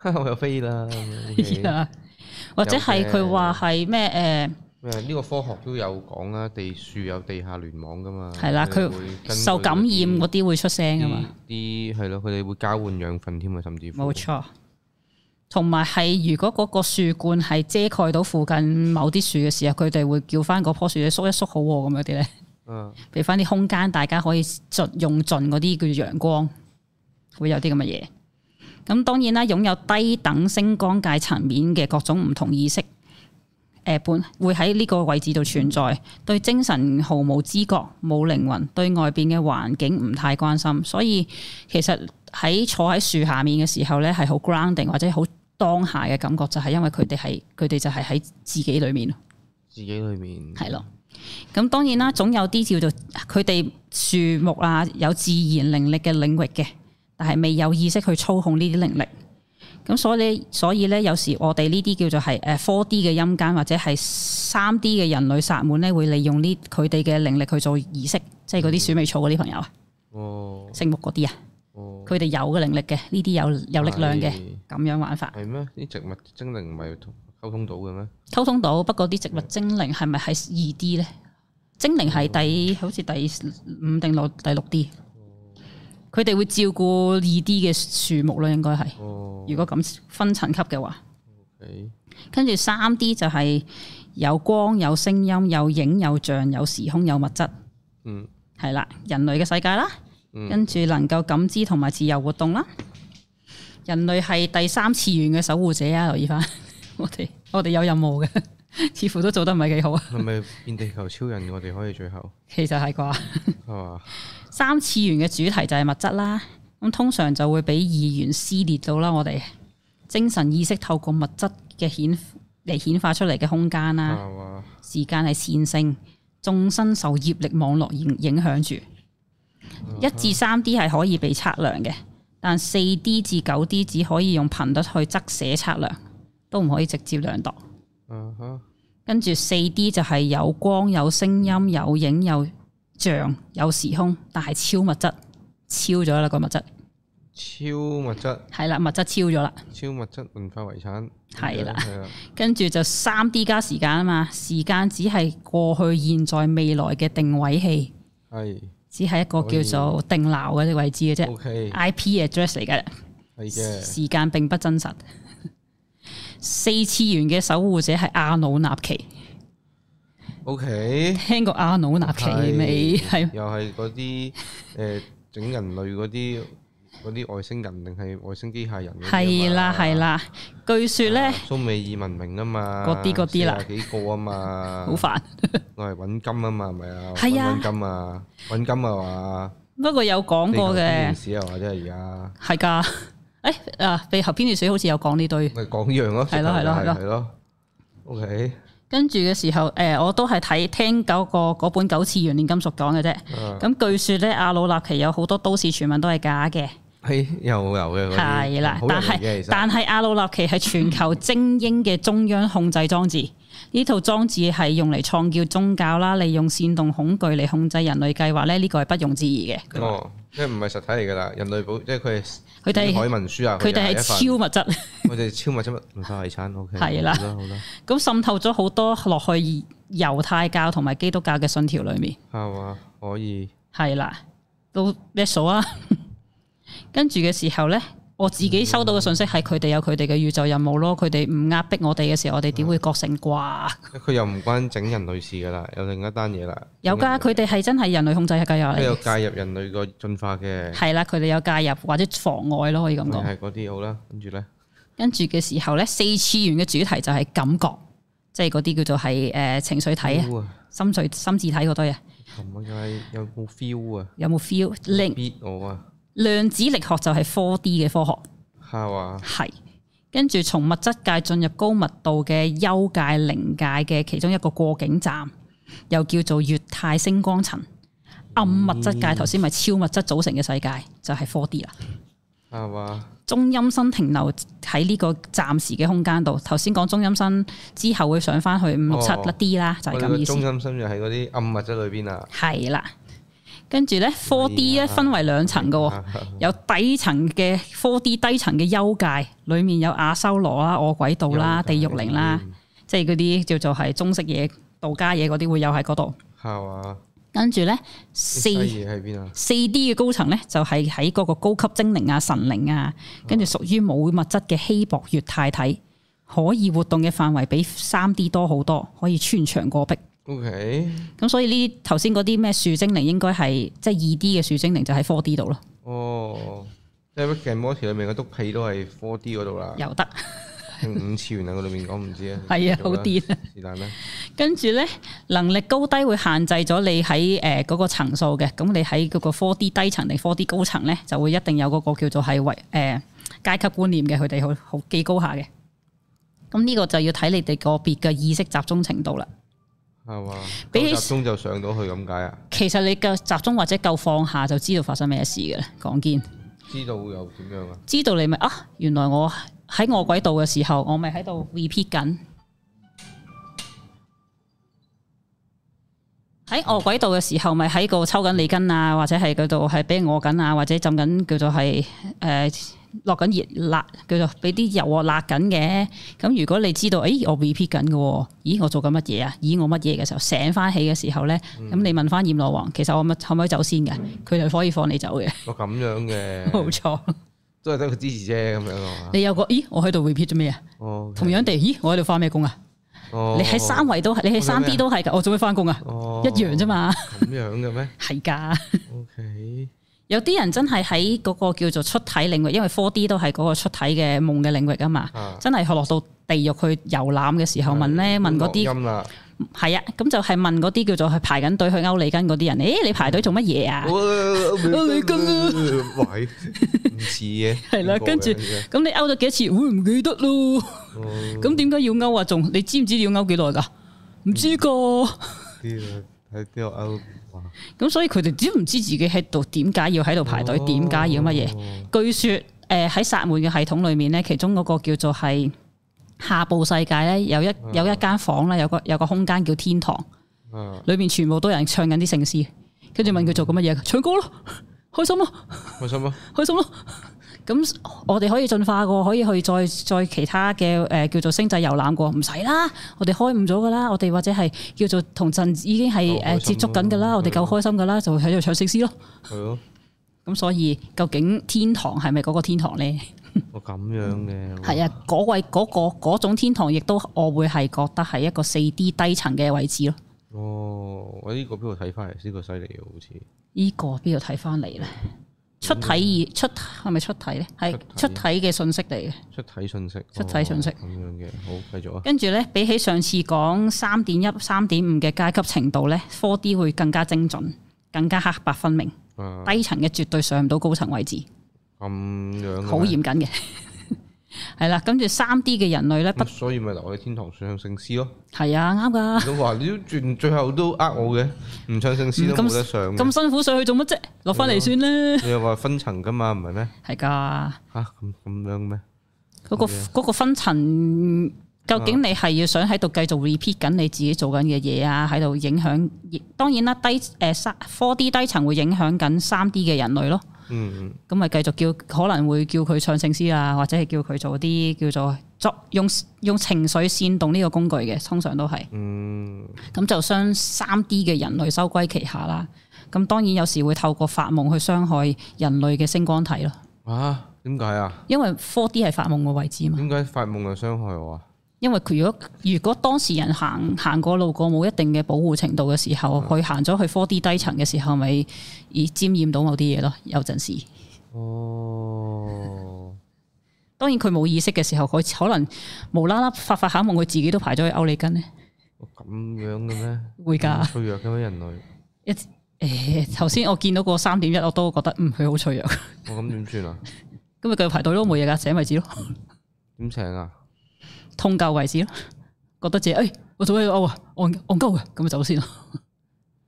啊我又飛啦咁樣，OK 或者係佢話係咩咩啊？呢個科學都有講啦，地樹有地下聯網噶嘛，誒係啦，哋佢會根據受感染嗰嗰啲會出聲啲噶嘛，啲係咯，佢哋會交換養分添啊，甚至乎冇錯。同埋係如果嗰個樹冠係遮蓋到附近某啲樹嘅時候，佢哋會叫翻嗰棵樹你縮一縮好喎咁樣啲咧。啊，俾翻啲空間，大家可以盡用盡嗰啲叫陽光，會有啲咁嘅嘢。咁當然啦，擁有低等星光界層面嘅各種唔同意識，誒、呃本會喺呢個位置度存在，對精神毫無知覺，冇靈魂，對外邊嘅環境唔太關心，所以其實喺坐喺樹下面嘅時候咧，係好 grounding 或者好當下嘅感覺，就係、因為佢哋係佢哋就係喺自己裏面。自己裏面係咯。咁當然啦，總有啲叫做佢哋樹木啊，有自然靈力嘅領域嘅，但係未有意識去操控呢啲靈力。咁所以所以咧，有時我哋呢啲叫做係誒 four D 嘅陰間或者係三 D 嘅人類薩滿咧，會利用呢佢哋嘅靈力去做儀式，即係嗰啲鼠尾草嗰啲朋友啊，哦聖木嗰啲啊，哦，佢哋有嘅靈力嘅，呢啲有有力量嘅係咁樣玩法。係咩？啲植物精靈唔係同溝通到嘅咩？溝通到，不過啲植物精靈係咪係二 D 咧？精靈係第好似第五定六第六 D，佢哋會照顧二 D 嘅樹木啦，應該係。哦如果咁分層級嘅話， ，OK，跟住三 D 就係有光、有聲音、有影、有像、有時空、有物質，嗯係啦，人類嘅世界啦。嗯跟住能夠感知同埋自由活動啦。人類係第三次元嘅守護者啊！留意翻， 我哋我哋有任務嘅，似乎都做得唔係幾好啊。係咪變地球超人？我哋可以最後其實係啩？係嘛？ 三次元嘅主題就係物質啦，咁通常就會俾二元撕裂到啦。我哋精神意識透過物質嘅顯嚟顯化出嚟嘅空間啦。啊，時間係線性，眾生受業力網絡影影響住。一至三 D 係可以被測量嘅，但四 D 至九 D 只可以用頻率去側寫測量，都唔可以直接量度。啊哈，跟住四 D 就係有光、有聲音、有影、有像、有時空，但係超物質，超咗啦個物質，超物質，係啦，物質超咗啦。超物質文化遺產，係啦係啦，跟住就三 D 加時間啊嘛，時間只係過去、現在、未來嘅定位器。係只係一個叫做定鬧嘅位置嘅啫 OK， ，IP address 哦嚟嘅，係嘅，時間並不真實。四次元嘅守護者係阿努納奇， OK，聽過阿努納奇未？係又係嗰啲誒整人類嗰啲嗰啲外星人定係外星機械人嗰啲啊嘛係啦係啦，據說咧蘇美爾文明啊嘛，嗰啲嗰啲啦四廿幾個啊嘛，好煩， 我係揾金啊嘛，係咪啊？係啊揾金啊，揾金啊嘛，不過有講過呢件嘅事啊，或者係而家係㗎。 誒啊，地球編列水好似有講呢堆，咪講一樣咯，係咯係咯係咯係咯，OK，跟住嘅時候，誒、我都係睇聽嗰個嗰本九次元煉金術講嘅啫。啊咁據說咧，阿努納奇有好多都市傳聞都係假嘅。係又有嘅嗰啲，係啦好，但人嚟嘅係其實但係阿魯納奇係全球精英嘅中央控制裝置，呢套裝置係用嚟創建宗教啦，利用煽動恐懼嚟控制人類計劃咧，呢、個係不容置疑嘅。哦，即係唔係實體嚟㗎啦，人類保即係佢係佢哋海文書啊，佢哋係又超一物質，份，我哋超物質文化遺產，OK，係啦好啦好啦，咁滲透咗好多落去猶太教同埋基督教嘅信條裏面，係嘛，可以係啦，都咩數啊？ 跟住嘅時候咧，我自己收到嘅信息係佢哋有佢哋嘅宇宙任務咯，佢哋唔壓迫我哋嘅時候，我哋點會覺醒啩？佢又唔關整人類事㗎啦，有另一單嘢啦，有整人噶，佢哋係真係人類控制嘅計劃佢嚟有嘅，介入人類個進化嘅，係啦，佢哋有介入或者妨礙咯，可以咁講。係嗰啲好啦。跟住咧，跟住嘅時候咧，四次元嘅主題就係感覺，即係嗰啲叫做係誒情緒體啊、 feel 啊，心緒、心智體嗰堆啊，琴日有冇 feel 啊有冇 feel？量？beat 我啊，量子力學就係 four D 嘅科學，係嘛？係。跟住從物質界進入高密度嘅幽界、靈界嘅其中一個過境站，又叫做月態星光層。暗物質界頭先咪超物質組成嘅世界，就係 four D 啦。係嘛？中陰身停留喺呢個暫時嘅空間度。頭先講中陰身之後會上翻去五六七哦啦 D 啦，就我係哋咁個意思中。心心就喺嗰啲暗物質裏邊啊。係啦，跟住咧 Four D 哎咧分為兩層嘅喎，有底層嘅 Four D 低層嘅幽界，裡面有亞修羅啦、餓鬼道啦、地獄靈啦，嗯即係嗰啲叫做係中式嘢、道家嘢嗰啲會有喺嗰度。係嘛？跟住咧啲四西嘢喺邊啊？四 D 嘅高層咧，就係喺嗰個高級精靈啊、神靈啊，跟住屬於冇物質嘅稀薄液態體，可以活動嘅範圍比三 D 多好多，可以穿牆過壁。 O K，咁所以呢啲頭先嗰啲咩樹精靈應該係即係二 D 嘅樹精靈就喺 four D 度咯，哦，即係 Rick and Morty 裏面個督屁都係 Four D 嗰度啦，又得定五次元啊？個裏面講唔知啊。 係啊，好啦癲啊！是但啦。跟住咧，能力高低會限制咗你喺誒嗰個層數嘅，咁你喺嗰個 four D 低層定 four D 高層咧，就會一定有嗰個叫做係為誒階級觀念嘅，佢哋好好幾高下嘅。咁呢個就要睇你哋個別嘅意識集中程度啦。係嘛？比起夠集中就上到去咁解啊？其實你夠集中或者夠放下，就知道發生咩事嘅啦。講堅，知道又點樣啊？知道你咪啊，原來我喺我軌道嘅時候，我咪喺度 repeat 緊。喺我軌道嘅時候，咪喺度抽緊你根啊，或者係嗰度係俾人餓緊啊，或者浸緊叫做係誒、呃落緊熱辣，叫做俾啲油鑊辣緊嘅。咁如果你知道，誒我 repeat 緊嘅喎，咦我做緊乜嘢啊？咦我乜嘢嘅時候醒翻起嘅時候咧，咁、你問翻閻羅王，其實我咪可唔可以走先嘅？佢就可以放你走嘅，哦我咁樣冇 嘅，錯。都係得佢支持啫，咁樣啊嘛。你有個咦我喺度 repeat 咗咩啊？哦，同樣地，咦我喺度翻咩工啊？哦你喺三維都係，你喺三 D 都係㗎，我做咩翻工啊？哦一樣啫嘛， 咁樣嘅咩係㗎。 ？OK，有啲人真係喺嗰個叫做出體領域，因為 four D 都係嗰個出體嘅夢嘅領域啊嘛。啊，真係落到地獄去遊覽嘅時候問咧，問嗰啲音啦，係啊，咁就係問嗰啲叫做係排緊隊去勾你根嗰啲人，诶、你排隊做乜嘢 啊？你跟啊喂，唔似嘅， 係啦跟住咁你勾咗幾多次？會唔記得咯？哦咁點解要勾啊？仲你知唔知要勾幾耐㗎？唔知㗎。啲啊喺邊度勾？哇咁所以佢哋知唔知自己喺度點解要喺度排隊？哦點解要乜嘢？據說誒喺薩滿嘅系統裏面咧，其中嗰個叫做係下部世界咧，有一嗯有一間房咧，有個有個空間叫天堂，啊，裏面全部都有人唱緊啲聖詩，跟住問佢做緊嗯乜嘢，唱歌咯，開心咯，開心啊！開心咯。咁我哋可以進化過，可以去再再其他嘅誒、呃叫做星際遊覽過，唔使啦，我哋開悟咗噶啦，我哋或者係叫做同陣已經係夠開誒接心觸緊噶啦，咯嗯我哋夠開心噶啦，就喺度唱聖詩咯。係咯，咁所以究竟天堂係咪嗰個天堂咧？我哦咁樣嘅，係啊，嗰位嗰、個嗰種天堂，亦都我會係覺得係一個四 D 低層嘅位置咯。哦，我呢個邊度睇翻嚟？呢個犀利喎，好似呢、個邊度睇翻嚟咧？出體而出係咪出體咧？係嗯出出體體嘅信息嚟嘅。出體信息，出體信息哦咁樣嘅，好，繼續啊，跟住咧，比起上次講三點一、三點五嘅階級程度咧，Four D 會更加精準，更加黑白分明。啊，低層嘅絕對上唔到高層位置，咁樣嘅好咩嚴謹 嘅。係啦，跟住三 D 嘅人類咧，不咁所以咪留喺天堂唱聖詩咯。係啊，啱㗎。都話你都轉最後都呃我嘅，唔唱聖詩都冇得上嘅。嗯咁辛苦上去做乜啫？落翻嗯嚟算啦。你又話分層噶嘛，唔係咩？係㗎。吓咁咁樣咩？嗰、個係啊嗰個分層，究竟你係要想喺度繼續 repeat 緊你自己做緊嘅嘢啊，喺度影響，當然啦，低誒三 four D 低層會影響緊三 D 嘅人類咯。嗯，咁咪繼續叫，可能會叫佢唱聖詩啊，或者係叫佢做啲叫做作用用情緒煽動呢個工具嘅，通常都係。嗯，咁就將三 D 嘅人類收歸旗下啦。咁當然有時會透過發夢去傷害人類嘅星光體咯，啊，點解啊？因為 four D 係發夢嘅位置嘛。點解發夢就傷害我啊？因為佢如果如果當事人行行過路過冇一定嘅保護程度嘅時候，佢行咗去 four D 低層嘅時候，咪而沾染到某啲嘢咯。有陣時，哦，當然佢冇意識嘅時候，佢可能無啦啦發發下夢，佢自己都排咗去歐里根咧，哦咁樣嘅咩？會㗎咁。脆弱嘅咩人類？一誒頭先我見到個三點一，我都覺得嗯佢好脆弱，我咁點算啊？咁咪繼續排隊咯，冇嘢㗎，寫為止咯，點請啊？痛夠為止咯，覺得自己誒、哎我做咩我啊戇戇鳩嘅，咁咪走先咯，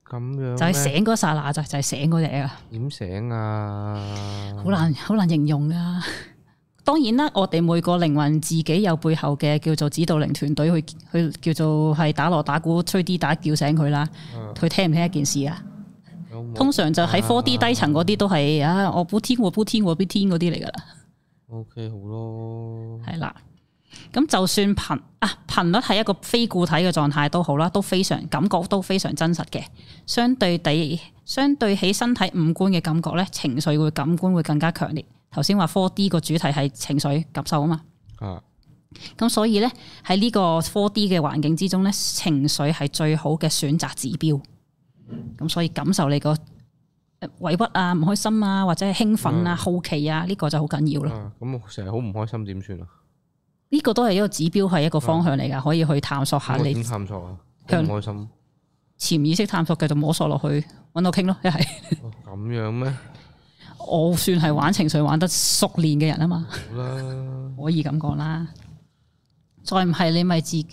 咁樣就咩係醒嗰一剎那就就係醒嗰只啊。點醒啊？好難好難形容 噶。當然啦，我哋每個靈魂自己有背後嘅叫做指導靈團隊去去叫做係打鑼打鼓、吹啲打叫醒佢啦。嗯佢聽唔聽一件事啊？有冇，通常就喺 four D 啊低層嗰啲都係啊，我補天我補天我補天嗰啲嚟噶啦， O K 好咯，係啦。咁就算頻啊頻率係一個非固體嘅狀態都好啦，都非常感覺都非常真實嘅。相對地，相對起身體五官嘅感覺咧，情緒會感官會更加強烈。頭先話 four D 個主題係情緒感受啊嘛。啊，咁所以咧喺呢個 4D 嘅環境之中咧，情緒係最好嘅選擇指標。咁所以感受你個呃委屈啊、唔開心啊，或者係興奮啊、好奇啊，呢、個就好緊要啦。啊咁我成日好唔開心點算啊？呢、個都係一個指標，係一個方向嚟㗎，可以去探索下嗯咁我你點探索啊？好向唔開心？潛意識探索，繼續摸索落去，揾我傾咯。一係哦咁樣咩？我算係玩情緒玩得熟練嘅人啊嘛。好啦，可以咁講啦。再唔係你咪自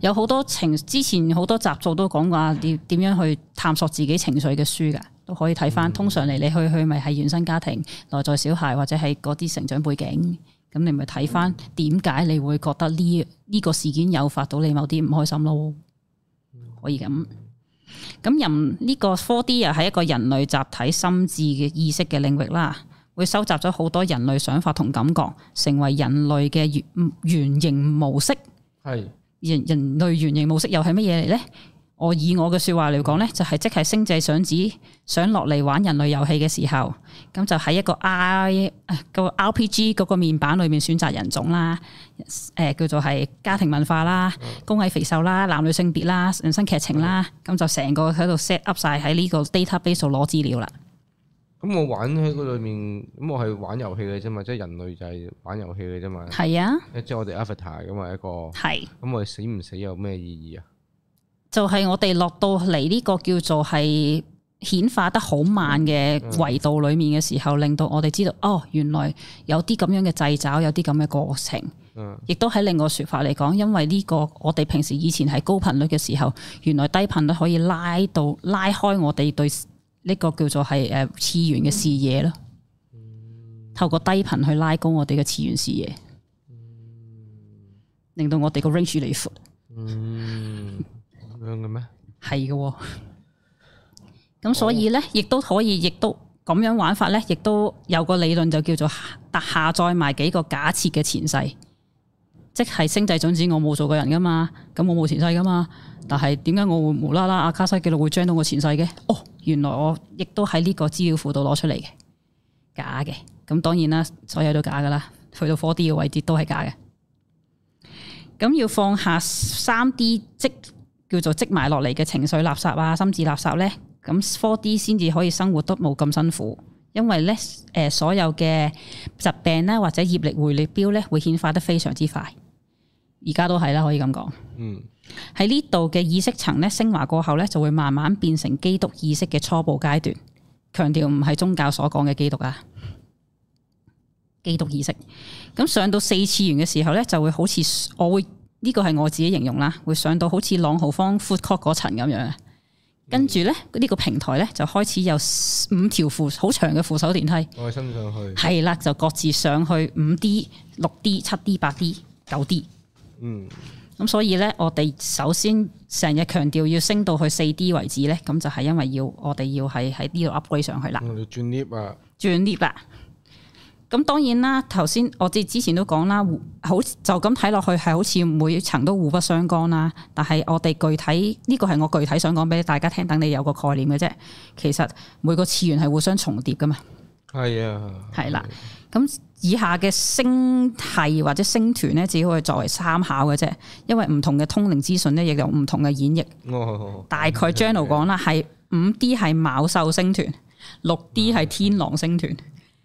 有好多情，之前好多集數都講話點點樣去探索自己情緒嘅書㗎，都可以睇翻。通常嚟嚟去去咪係原生家庭、內在小孩或者係嗰啲成長背景，咁你咪睇翻點解你會覺得呢呢、個事件誘發到你某啲唔開心咯，可以咁。咁人呢、個 4D 又係一個人類集體心智嘅意識嘅領域啦。會收集咗好多人類想法同感覺，成為人類嘅原原型模式。係人人類原型模式又係乜嘢嚟呢？我以我嘅説話嚟講呢，就係即係星際想子想落嚟玩人類遊戲嘅時候，咁就喺一個 I 啊個 RPG 嗰個面板裏面選擇人種啦，誒、叫做係家庭文化啦、高矮肥瘦啦、男女性別啦、人生劇情啦，咁就成個喺度 set up 晒喺呢個 database 度攞資料啦。咁我玩喺嗰裏面，咁我係玩遊戲嘅啫嘛，即係人類就係玩遊戲嘅啫嘛，係啊，嗯即係我哋 avatar 噶嘛一個，係。咁我哋死唔死有咩意義啊？就係我哋落到嚟呢個叫做係顯化得好慢嘅維度裡面嘅時候，令到我哋知道哦，原來有啲咁樣嘅掣肘，有啲咁嘅過程。嗯亦都喺另外說法嚟講，因為呢個我哋平時以前係高頻率嘅時候，原來低頻率可以拉到拉開我哋對呢個叫做係誒次元嘅視野咯。透過低頻去拉高我哋嘅次元視野，令到我哋個 range 越嚟越闊。嗯，咁樣嘅咩？係嘅喎。咁所以咧，亦都可以，亦都咁樣玩法咧，亦都有個理論就叫做下下載埋幾個假設嘅前世，即係星際種子我冇做過人噶嘛，咁我冇前世噶嘛，但係點解我會無啦啦阿卡西記錄會將到我前世嘅？哦，原來我亦都喺呢個資料庫度攞出嚟嘅，假嘅。咁當然啦，所有都假噶啦，去到 4D 嘅位置都係假嘅。咁要放下三 D 即叫做積埋落嚟嘅情緒垃圾啊、心智垃圾咧，咁 4D 先至可以生活得冇咁辛苦。因為咧，誒、所有嘅疾病咧或者業力回力標咧會顯化得非常之快，而家都係啦，可以咁講。嗯喺呢度嘅意識層咧升華過後咧，就會慢慢變成基督意識嘅初步階段。強調唔係宗教所講嘅基督啊，基督意識。咁上到四次元嘅時候咧，就會好似我會呢個係我自己形容啦，會上到好似朗豪坊 food court 嗰層咁樣。啊跟住咧，呢、個平台咧就開始有五條扶好長嘅扶手電梯。我升上去，係啦，就各自上去五 D、六 D、七 D、八 D、九 D。嗯咁所以咧，我哋首先成日強調要升到去四 D 為止咧，咁就係因為要我哋要係喺呢度 upgrade 上去啦我，哋轉 lift 啊，轉 lift 啦。咁當然啦，頭先我哋之前都講啦，互好就咁睇落去係好似每層都互不相干啦。但係我哋具體呢個係我具體想講俾大家聽，等你有個概念嘅啫。其實每個次元係互相重疊噶嘛。係啊，係啦，咁以下嘅星系或者星團咧，只可以作為參考嘅啫，因為唔同嘅通靈資訊咧，亦有唔同嘅演繹。哦，大概 journal 講啦，嗯係五 D 係卯獸星團，六 D 係天狼星團，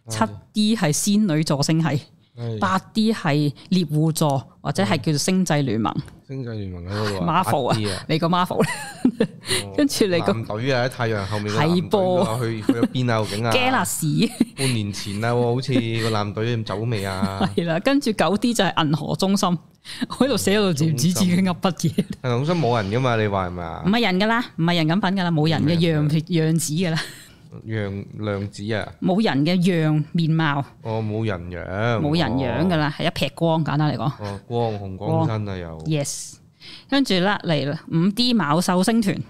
七 D 係仙女座星系，係八 D 哦係嗯獵户座或者係叫做星際聯盟。星際聯盟嗰度 Marvel 啊，你個 Marvel 咧，跟住你個藍隊啊，喺太陽後面個係藍隊啊，去去咗邊啊？究竟啊？ g a l a x 半年前啦喎，好似個藍隊咁走未啊？係啦，跟住九 D 就係銀河中心，我喺度寫到唔知自己噏乜嘢。但係好心冇人噶嘛？你話係咪啊唔？係人噶啦，唔係人咁品噶啦，冇人嘅樣樣子噶啦，樣量子啊，冇人嘅樣面貌，我冇人樣，冇人樣噶啦，係一劈光簡單嚟講。哦，光紅光身啊又， Yes，跟住啦嚟啦，五 D 卯獸星團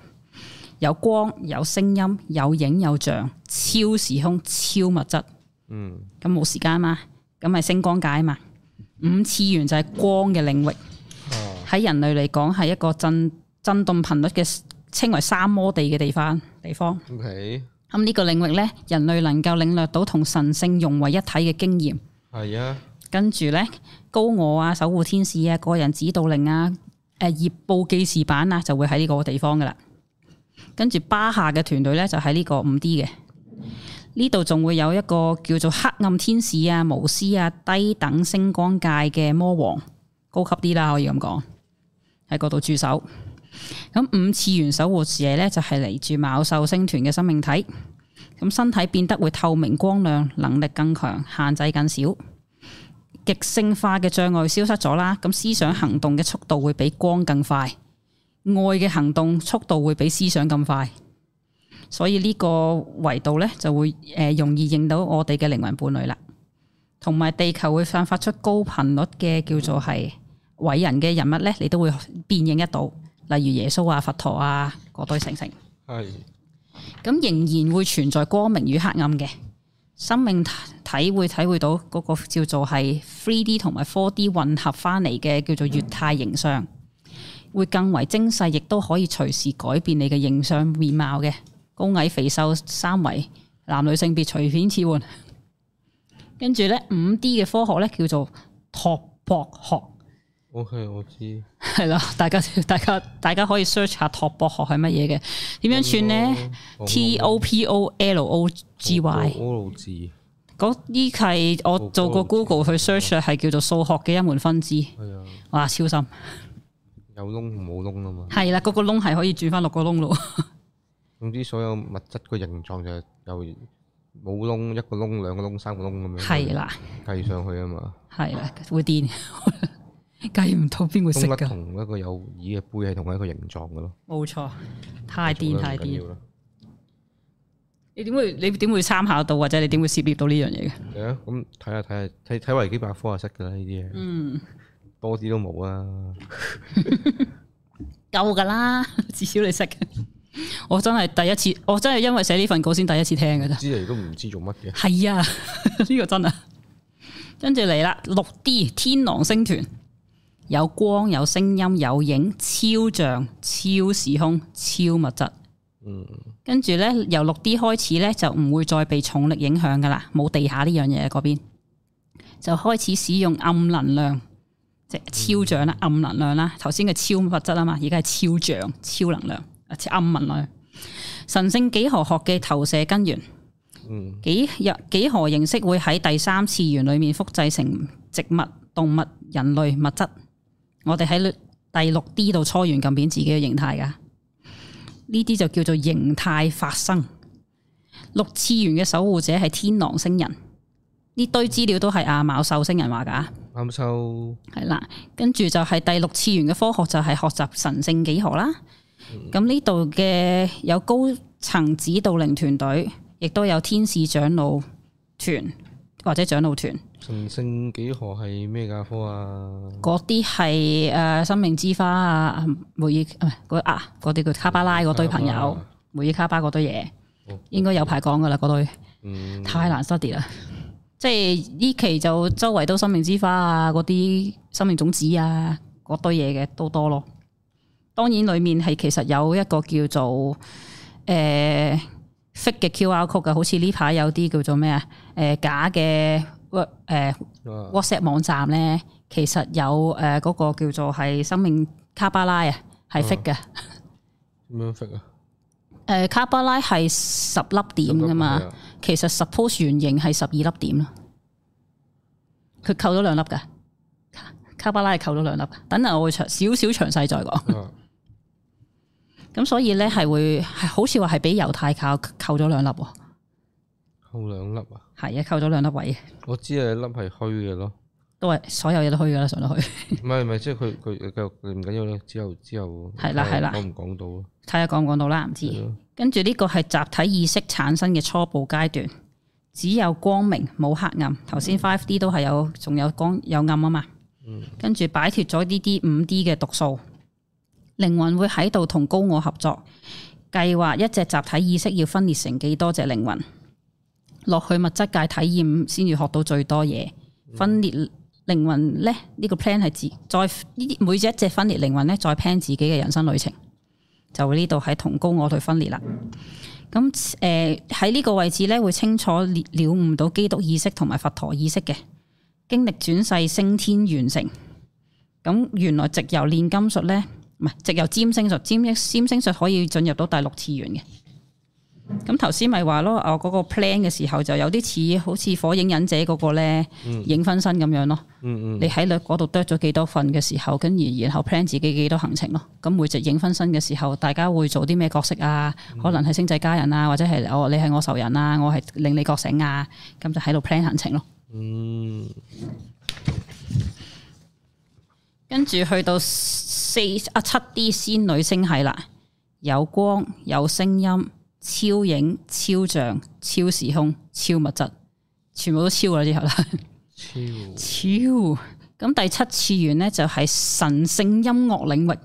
有光有聲音有影有像，超時空超物質，嗯咁冇時間嘛，咁咪星光界嘛。五次元就係光嘅領域，啊喺人類嚟講係一個震震動頻率嘅稱為三摩地嘅地方地方。 ，OK，咁呢個領域呢，人類能夠領略到同神性融為一體嘅經驗，係啊，跟住呢，高我啊、守護天使啊、個人指導令啊、誒業報記事版啊，就會喺呢個地方噶啦。跟住巴夏嘅團隊呢，就喺呢個五 D 嘅，呢度仲會有一個叫做黑暗天使啊、巫師啊、低等星光界嘅魔王，高級啲啦，可以咁講，喺嗰度駐守。咁五次元守護者呢，就係嚟自卯獸星團嘅生命體。咁身體變得會透明光亮，能力更強，限制更少。極性化嘅障礙消失咗啦，咁思想行動嘅速度會比光更快，愛嘅行動速度會比思想更快，所以呢個維度呢，就會誒、呃容易認到我哋嘅靈魂伴侶啦，同埋地球會散發出高頻率嘅叫做係偉人嘅人物呢，你都會辨認得到，例如耶穌啊、佛陀啊嗰堆成成。係，咁仍然會存在光明與黑暗嘅生命體會體會到嗰個叫做係 3D 同埋 4D 混合翻嚟嘅叫做月態形象，會更為精細，亦都可以隨時改變你嘅形象面貌嘅高矮肥瘦三圍男女性別隨便切換。跟住咧五 D 嘅科學咧叫做拓博學。 OK，我知，係啦，大家大家大家可以 search 下拓博學係乜嘢嘅，點樣串呢哦 t O P O L O G Y 我路字，嗰呢係我做過 Google 去 search 係叫做數學嘅一門分支，係啊，哇超深！有窿冇窿啊嘛。係啦，嗰個窿係可以轉翻落個窿咯。總之所有物質個形狀就有冇窿、一個窿、兩個窿、三個窿咁樣。係啦，計上去啊嘛。係啦，會 癲，計唔到邊會識東甩㗎？同一個有耳嘅杯係同一個形狀嘅咯。冇錯，太癲太緊癲要。啦。你點會你點會參考到或者你點會涉獵到呢樣嘢嘅？係啊，咁睇下睇下睇睇維基百科就啊識㗎啦呢啲嘢，嗯，多啲都冇啊。夠㗎啦， 至少你識嘅。我真係第一次，我真係因為寫呢份稿先第一次聽㗎咋。知嚟都唔知做乜嘅。係啊， 呢個真啊。跟住嚟啦，六 D 天狼星團有光有聲音有影超像超時空超物質。嗯，跟住咧，由六 D 開始咧，就唔會再被重力影響噶啦，冇地下呢樣嘢嗰邊，就開始使用暗能量，即嗯係超像啦、暗能量啦。頭先嘅超物質啊嘛，而家係超像、超能量、啊超暗能量。神聖幾何學嘅投射根源，嗯，幾日幾何形式會喺第三次元裏面複製成植物、動物、人類物質。我哋喺第六 D 度初元咁變自己嘅形態噶，呢啲就叫做形態發生。六次元嘅守護者係天狼星人，呢堆資料都係阿茂壽星人話噶，啱收。係啦。跟住就係第六次元嘅科學就係學習神聖幾何啦。嗯咁呢度嘅有高層指導靈團隊，亦都有天使長老團或者長老團。神聖幾何係咩架科啊？嗰啲係誒生命之花啊，梅爾唔係嗰啊嗰啲叫卡巴拉嗰堆朋卡巴友拉，梅爾卡巴嗰堆嘢哦，應該有排講噶啦嗰堆，嗯，太難 study 啦。即係呢期就周圍都生命之花啊，嗰啲生命種子啊，嗰堆嘢嘅都多咯。當然裡面係其實有一個叫做誒 fake 嘅 QR code 嘅，好似呢排有啲叫做咩啊誒假嘅 w 誒。啊 WhatsApp 網站咧，其實有呃誒嗰、個叫做係生命卡巴拉啊，係 fake 嘅。誒、呃點樣 fit 啊？卡巴拉係十粒點噶係嘛，啊？其實 suppose 原型係十二粒點咯。佢扣咗兩粒噶，卡卡巴拉係扣咗兩粒㗎。等陣我會詳少少詳細再講。啊咁所以咧係會係好似話係俾猶太教扣咗兩粒喎，扣兩粒啊！係啊，扣咗兩粒位，我知啊，粒係虛嘅咯，都係所有嘢都虛噶啦，上到去。唔係唔係，即係佢佢繼續唔緊要啦。之後之後係啦係啦我唔講到咯。睇下講唔講到啦，唔知。跟住呢個係集體意識產生嘅初步階段，只有光明冇黑暗。頭先 Five D 都係有，仲有光有暗啊嘛。跟住擺脱咗呢啲五 D 嘅毒素，靈魂會喺度同高我合作，計劃一隻集體意識要分裂成幾多隻靈魂，落去物質界體驗先至學到最多嘢。分裂靈魂呢，呢、個 plan 係自再呢啲每一隻分裂靈魂呢，再 plan 自己嘅人生旅程。就呢度喺同高我去分裂啦。咁誒喺呢個位置咧，會清楚了了悟到基督意識同埋佛陀意識嘅經歷轉世升天完成。咁原來直由煉金術咧，唔係直由占星術，占星占星術可以進入到第六次元嘅。咁頭先咪話咯，我嗰個 plan 嘅時候就有啲似好似火影忍者嗰個咧影分身咁樣咯。嗯嗯你喺略嗰度剁咗幾多份嘅時候，跟住然後 plan 自己幾多行程咯。咁每隻影分身嘅時候，大家會做啲咩角色啊？可能係星際家人啊，或者係哦，你係我仇人啊，我係令你覺醒啊。咁就喺度 plan 行程咯。嗯，跟住去到四啊七 D 仙女星系啦，有光有聲音、超影、超像、超時空、超物質，全部都超啦之後啦。超超咁第七次元呢，就係神聖音樂領域，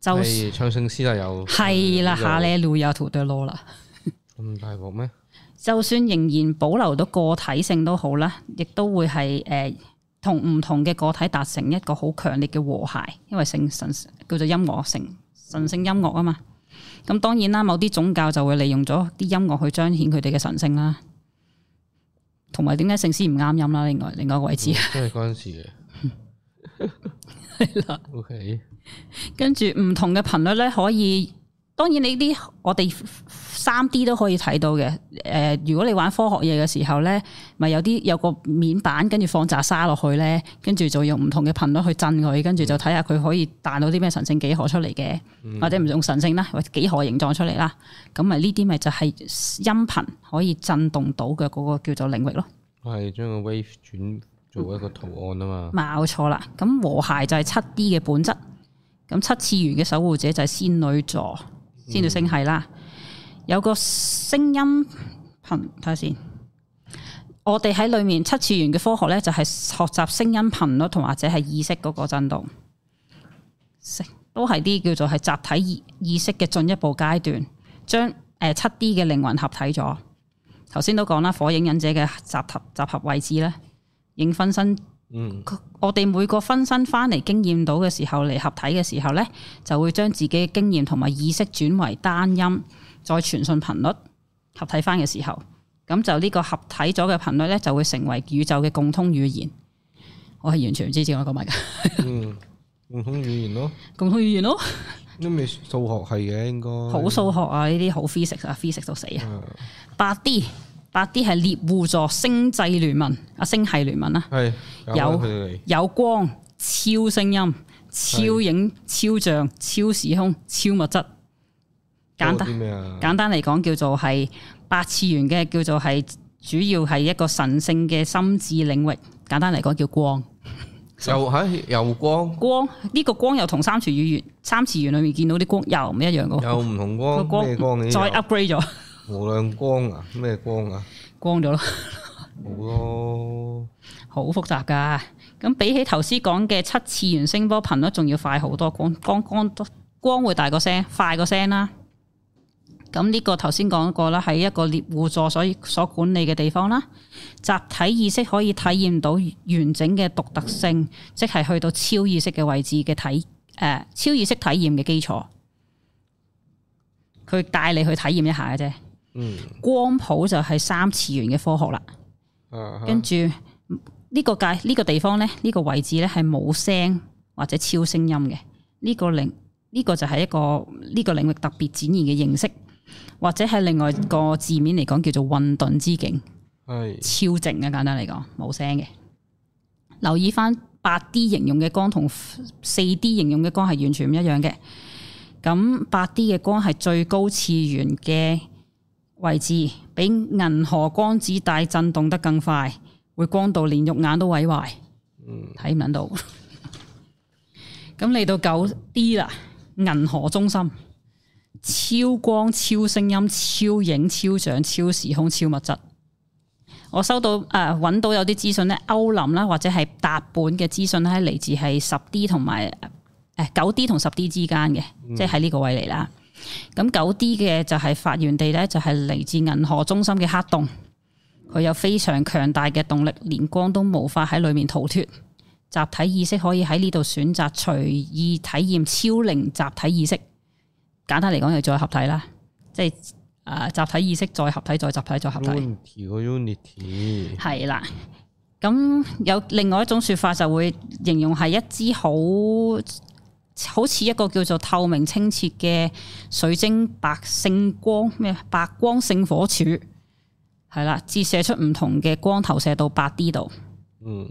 就係唱聖詩啦，有係啦，呢度下咧路有圖對羅啦。咁大鑊咩？就算仍然保留到個體性都好啦，亦都會係誒同唔同嘅個體達成一個好強烈嘅和諧，因為聖神叫做音樂聖神聖音樂啊嘛。咁當然啦，某啲宗教就會利用咗啲音樂去彰顯佢哋嘅神聖啦，同埋點解聖詩唔啱音啦？另外另外一個位置。都係嗰陣 時嘅。係啦。O K，嗯跟住唔同嘅頻率咧，可以當然你啲我哋三 D 都可以睇到嘅。诶、如果你玩科學嘢嘅時候咧，咪有啲有個面板，跟住放扎沙落去咧，跟住就用唔同嘅頻率去震佢，跟住就睇下佢可以彈到啲咩神聖幾何出嚟嘅，或者唔用神聖啦，或者幾何形狀出嚟啦。咁咪呢啲咪就係音頻可以震動到嘅嗰個叫做領域咯。我係將個 wave 轉做一個圖案啊嘛。冇錯啦，咁和諧就係七 D 嘅本質。咁七次元嘅守護者就係仙女座、仙女星系啦。有個聲音頻，睇下先。我哋喺裏面七次元嘅科學咧，就係學習聲音頻率同或者係意識嗰個震動，識都係啲叫做係集體意意識嘅進一步階段，將誒七 D 嘅靈魂合體咗。頭先都講啦，火影忍者嘅集合集合位置咧，影分身嗯，我哋每個分身翻嚟經驗到嘅時候，嚟合體嘅時候呢，就會將自己嘅經驗同埋意識轉為單音，再傳信頻率合體翻嘅時候，咁就呢個合體咗嘅頻率呢，就會成為宇宙嘅共通語言。我係完全唔知自己講乜嘅嗯，共通語言咯， 共通語言咯，都未數學係嘅應該。好數學啊，呢啲好 physics 啊，physics 到死啊！啊。八 D 八 D 係獵户座星際聯盟啊，星系聯盟啦。係有有佢哋嚟。有光、超聲音、超影、超像、超時空、超物質。簡多單啲咩啊？簡單嚟講，叫做係八次元嘅，叫做係主要係一個神聖嘅心智領域。簡單嚟講，叫光。又係又光，光呢、個光又同三次元三次元裏面見到啲光又唔一樣嘅喎。又唔同個光，咩光呢？再 upgrade 咗，無量光啊？咩光啊？光咗咯，冇咯。好複雜㗎。咁比起頭先講嘅七次元聲波頻率，仲要快好多，光光光多光會大個聲，快個聲啦。咁呢個頭先講過啦，係一個獵户座所以所管理嘅地方啦。集體意識可以體驗到完整嘅獨特性，即係去到超意識嘅位置嘅體誒、呃超意識體驗嘅基礎。佢帶你去體驗一下嘅啫。嗯光譜就係三次元嘅科學啦。啊哈跟住呢個界呢、個地方咧，呢、個位置咧係冇聲或者超聲音嘅。呢、個領呢、個就係一個呢、個領域特別展現嘅形式，或者係另外個字面嚟講叫做混沌之境。係超靜嘅簡單嚟講，冇聲嘅。留意翻八 D 形容嘅光同四 D 形容嘅光係完全唔一樣嘅。咁八 D 嘅光係最高次元嘅位置，比銀河光子帶震動得更快，會光到連肉眼都毀壞，睇唔撚到。咁嚟到九 D 啦，銀河中心，超光、超聲音、超影、超像、超時空、超物質。我收到誒揾、到有啲資訊咧，歐林啦或者係達本嘅資訊咧，係嚟自係十 D 同埋誒九 D 同十 D 之間嘅，即係喺呢個位嚟啦。咁九 D 嘅就係發源地咧，就係嚟自銀河中心嘅黑洞，佢有非常強大嘅動力，連光都無法喺裡面逃脱。集體意識可以喺呢度選擇隨意體驗超靈集體意識。簡單嚟講，就再合體啦，即係誒、呃集體意識再合體再集體再合體。 Unity 個 Unity 系啦。咁有另外一種說法就會形容係一支好好似一個叫做透明清澈嘅水晶白聖光咩白光聖火柱，係啦，折射出唔同嘅光投射到八 D 度。嗯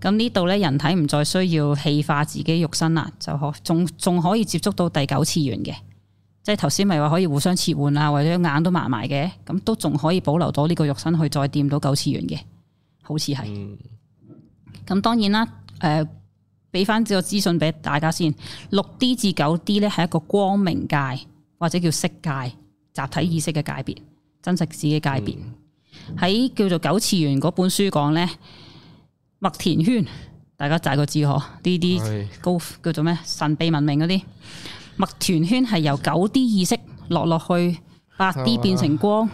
咁呢度咧，人體唔再需要氣化自己肉身啦，就可仲仲可以接觸到第九次元嘅，即係頭先咪話可以互相切換啊，或者眼都麻埋嘅，咁都仲可以保留到呢個肉身去再掂到九次元嘅，好似係。嗯咁當然啦，誒、俾翻呢個資訊俾大家先。六 D 至九 D 咧係一個光明界或者叫色界集體意識嘅界別，真實自己嘅界別。嗯喺、叫做九次元嗰本書講咧，麥田圈大家大個知嗬，呢啲。係高叫做咩神秘文明嗰啲麥團圈係由九 D 意識落落去八 D 啊變成光，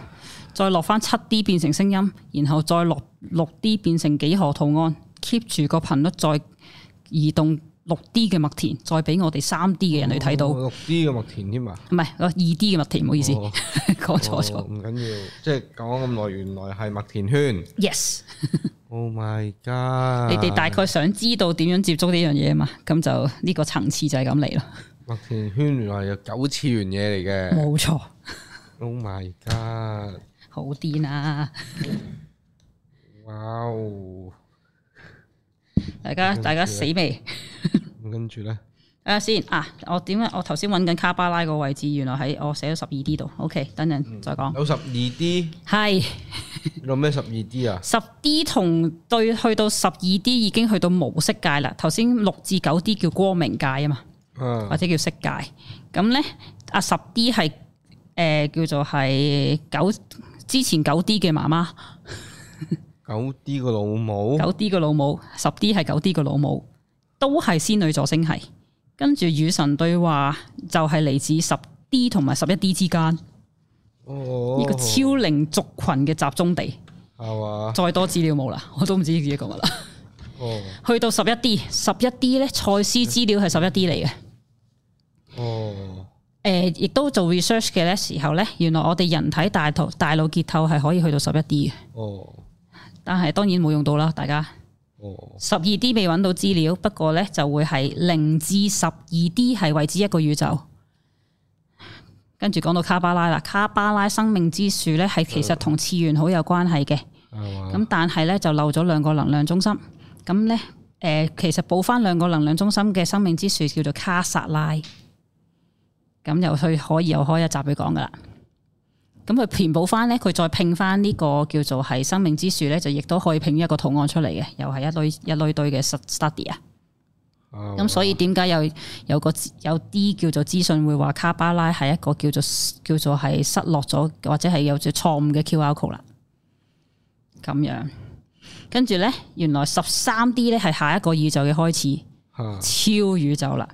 再落翻七 D 變成聲音，然後再落六 D 變成幾何圖案，keep 住個頻率再移動六 D 嘅麥田，再俾我哋三 D 嘅人類睇到，哦唔六 D 嘅麥田添啊！係二 D 嘅麥田，唔好意思，哦 講錯哦咗。唔緊要，即係講咁耐，原來係麥田圈。 Yes， Oh my god！你哋大概想知道點樣接觸呢樣嘢啊嘛，咁就呢個層次就係咁嚟啦，麥田圈原來有九次元嘢嚟嘅，冇錯。 Oh my god！好癲啊！哇哦！大家大家死未？咁跟住咧，睇下先啊！我點解我頭先揾緊卡巴拉個位置，原來喺我寫咗十二 D 度。OK，等嗯陣再講。有十二 D，係有咩十二 D 啊？十 D 同對去到十二 D 已經去到無色界啦。頭先六至九 D 叫光明界啊嘛，嗯或者叫色界。咁咧啊十 D 係誒、呃叫做係九之前九 D 嘅媽媽，九 D 個老母，九 D 嘅老母，十 D 係九 D 嘅老母，都係仙女座星系。跟住與神對話就係嚟自十 D 同埋十一 D 之間。哦，呢個超齡族群嘅集中地，係嘛？再多資料冇啦，我都唔知自己講乜啦。哦去到十一 D，十一 D 咧，賽斯資料係十一 D 嚟嘅。哦，誒、亦都做 research 嘅咧時候咧，原來我哋人體大頭大腦結構係可以去到十一 D 嘅，哦但係當然冇用到啦，大家。哦，十二 D 未揾到資料，不過咧就會係零至十二 D 係為之一個宇宙。跟住講到卡巴拉啦，卡巴拉生命之樹咧係其實同次元好有關係嘅。係嘛？咁但係咧就漏咗兩個能量中心，咁咧誒其實補翻兩個能量中心嘅生命之樹叫做卡薩拉，咁又去可以又開一集去講噶啦。咁佢填補翻咧，佢再拼翻呢個叫做係生命之樹咧，就亦都可以拼一個圖案出嚟嘅，又係一堆一堆堆嘅 study 啊。咁咁所以點解有有個有啲叫做資訊會話卡巴拉係一個叫做叫做係失落咗或者係有隻錯誤嘅 QR code 啦，咁樣。跟住咧，原來十三 D 咧係下一個宇宙嘅開始，嚇超宇宙啦。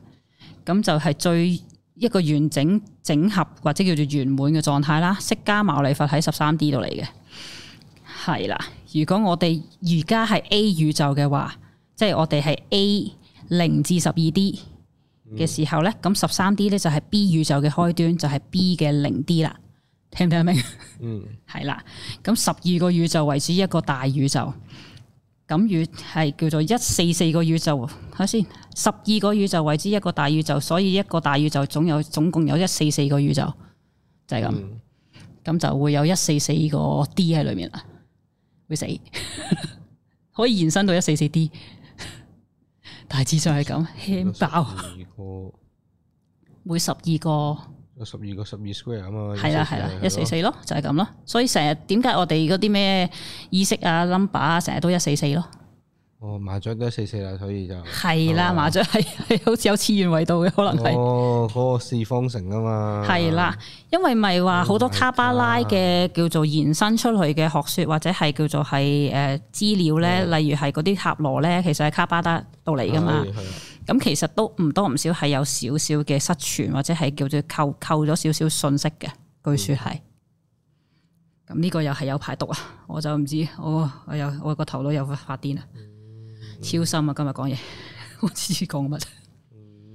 咁就係最一個完整整合或者叫做圓滿嘅狀態啦。釋迦牟尼佛喺十三 D 度嚟嘅，係啦。如果我哋而家係 A 宇宙嘅話，即係我哋係 A 零至十二 D 嘅時候咧，咁十三 D 咧就係 B 宇宙嘅開端，就係、B 嘅零 D 啦。聽唔聽得明？嗯係啦，咁十二個宇宙為主一個大宇宙，咁宇係叫做一四四個宇宙，睇下先，十二個宇宙為之一個大宇宙，所以一個大宇宙總有總共有一四四個宇宙，就係咁，咁、嗯就會有一四四個 D 喺裏面啦，會死， 可以延伸到一四四 D，大致上係咁，輕爆，有十二個每十二個。有十二個十二 square 啊嘛，係啦係啦，一四四四咯，就係咁咯。所以成日點解我哋嗰啲咩意識啊、number 啊，成日都一四四咯。哦麻雀都一四四啦，所以就係啦，麻雀係 係好似有次元維度嘅可能係。哦嗰個四方城啊嘛，係啦，因為咪話好多 Oh my 卡巴拉嘅叫做延伸出去嘅學説，或者係叫做係誒資料咧，例如係嗰啲塔羅咧，其實係卡巴拉度嚟噶嘛係，。係啊咁其實都唔多唔少係有少少嘅失傳，或者係叫做扣扣咗少少信息嘅，據說係。咁呢個又係有排讀啊！ 我就唔知，我我又我個頭腦又發癲啊！超深啊！今日講嘢， 我唔知講乜，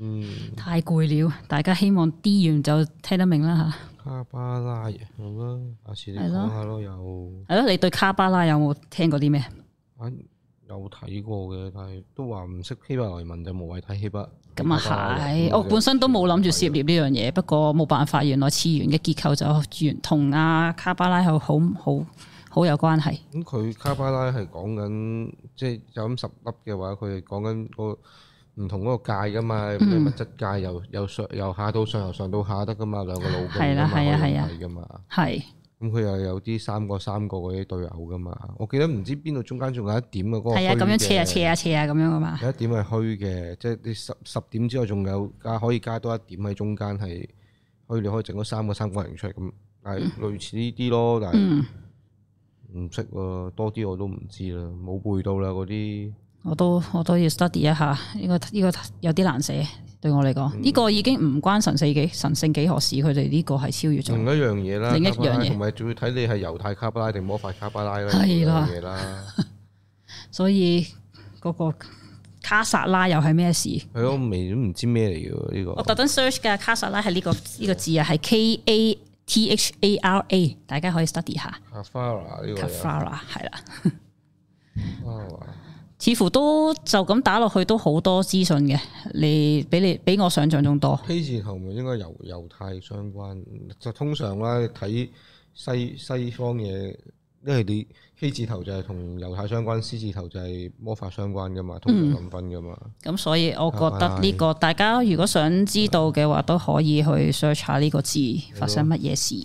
嗯。太攰了。大家希望 D 完就聽得明啦卡巴拉嘅好啦，下次你係講咯下咯，又吓，係咯，你對卡巴拉有冇聽過啲咩？啊有睇過嘅，但係都話唔識希伯來文就無謂睇希伯。希咁伯啊來文係，我本身都冇諗住涉獵呢樣嘢，不過冇辦法，原來次元嘅結構就原同啊卡巴拉係好好好有關係。咁佢卡巴拉係講緊，即係就咁十粒嘅話，佢係講緊個唔同嗰個界噶嘛，嗯咩物質界由由上由下到上，由上到下得噶嘛，兩個腦係㗎啦嘛，係啊可以係啊睇噶嘛。係。咁佢又有啲三個三個嗰啲對偶噶嘛。我記得唔知邊度中間仲有一點嘅嗰個係啊，虛咁樣嘅斜啊斜啊斜啊咁樣噶嘛，有一點係虛嘅，即係你十十點之外仲有加可以加多一點喺中間係虛，你可以整咗三個三角形出嚟咁，但嗯係類似呢啲咯，但係唔識喎，多啲我都唔知啦，冇背到啦嗰啲，我都我都要 study 一下，呢、個呢、個有啲難寫，對我嚟嗯講，呢、個已經唔關神四紀神聖幾何事，佢哋呢個係超越咗另，一樣嘢啦，另一卡巴拉樣嘢同埋仲要睇你係猶太卡巴拉定魔法卡巴拉啦，係啦呢樣嘢啦，所以嗰、個卡薩拉又係咩事？係咯，我未都唔知咩嚟嘅喎呢個我，特登 search 嘅卡薩拉係呢、個呢、個字啊，係 K A T H A R A，大家可以 study 下卡法拉呢個 Kafara 係啦，啊，超似乎都就咁打落去都好多資訊嘅，你比你比我想象中多。 K 字頭咪應該猶猶太相關，就通常啦，睇西西方嘢，因為你 K 字頭就係同猶太相關，C 字頭就係魔法相關噶嗯嘛，通常咁分噶嘛。咁所以我覺得呢、個大家如果想知道嘅話，都可以去 search 下呢個字發生乜嘢事。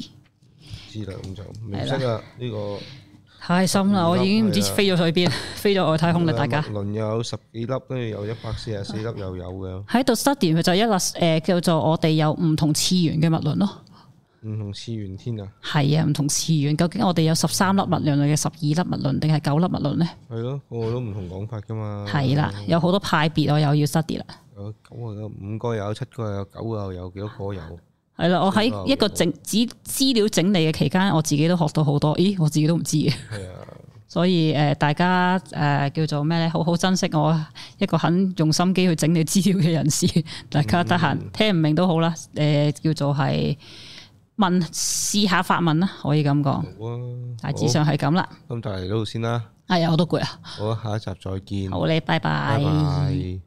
知啦，咁就唔識啦呢個。太深啦，我已經唔知係啊啊飛咗去 邊，飛咗外太空啦，大家。輪又有十幾粒，跟住有一百四十四 粒又有嘅，喺度 study 佢就一粒誒、呃叫做我哋有唔同次元嘅物論咯。唔同次元天啊，係啊，唔同次元，究竟我哋有十三粒物論，定係十二粒物論，定係九粒物論呢？係咯，個個都唔同講法噶嘛。係啦，哦有好多派別，我又要 study 啦。有九啊，有五個有，七個有，九個有，幾多個有？係啦，我喺一個整資資料整理嘅期間，我自己都學到好多，咦，我自己都唔知嘅。係啊，所以誒、呃大家誒、呃叫做咩咧？好好珍惜我一個肯用心機去整理資料嘅人士。大家得閒聽唔明都好啦。誒、叫做係問試下發問啦，可以咁講。好啊，大致上係咁啦。好咁就嚟到度先啦，哎呀，我都攰啊。好，下一集再見，好咧，拜拜拜。拜。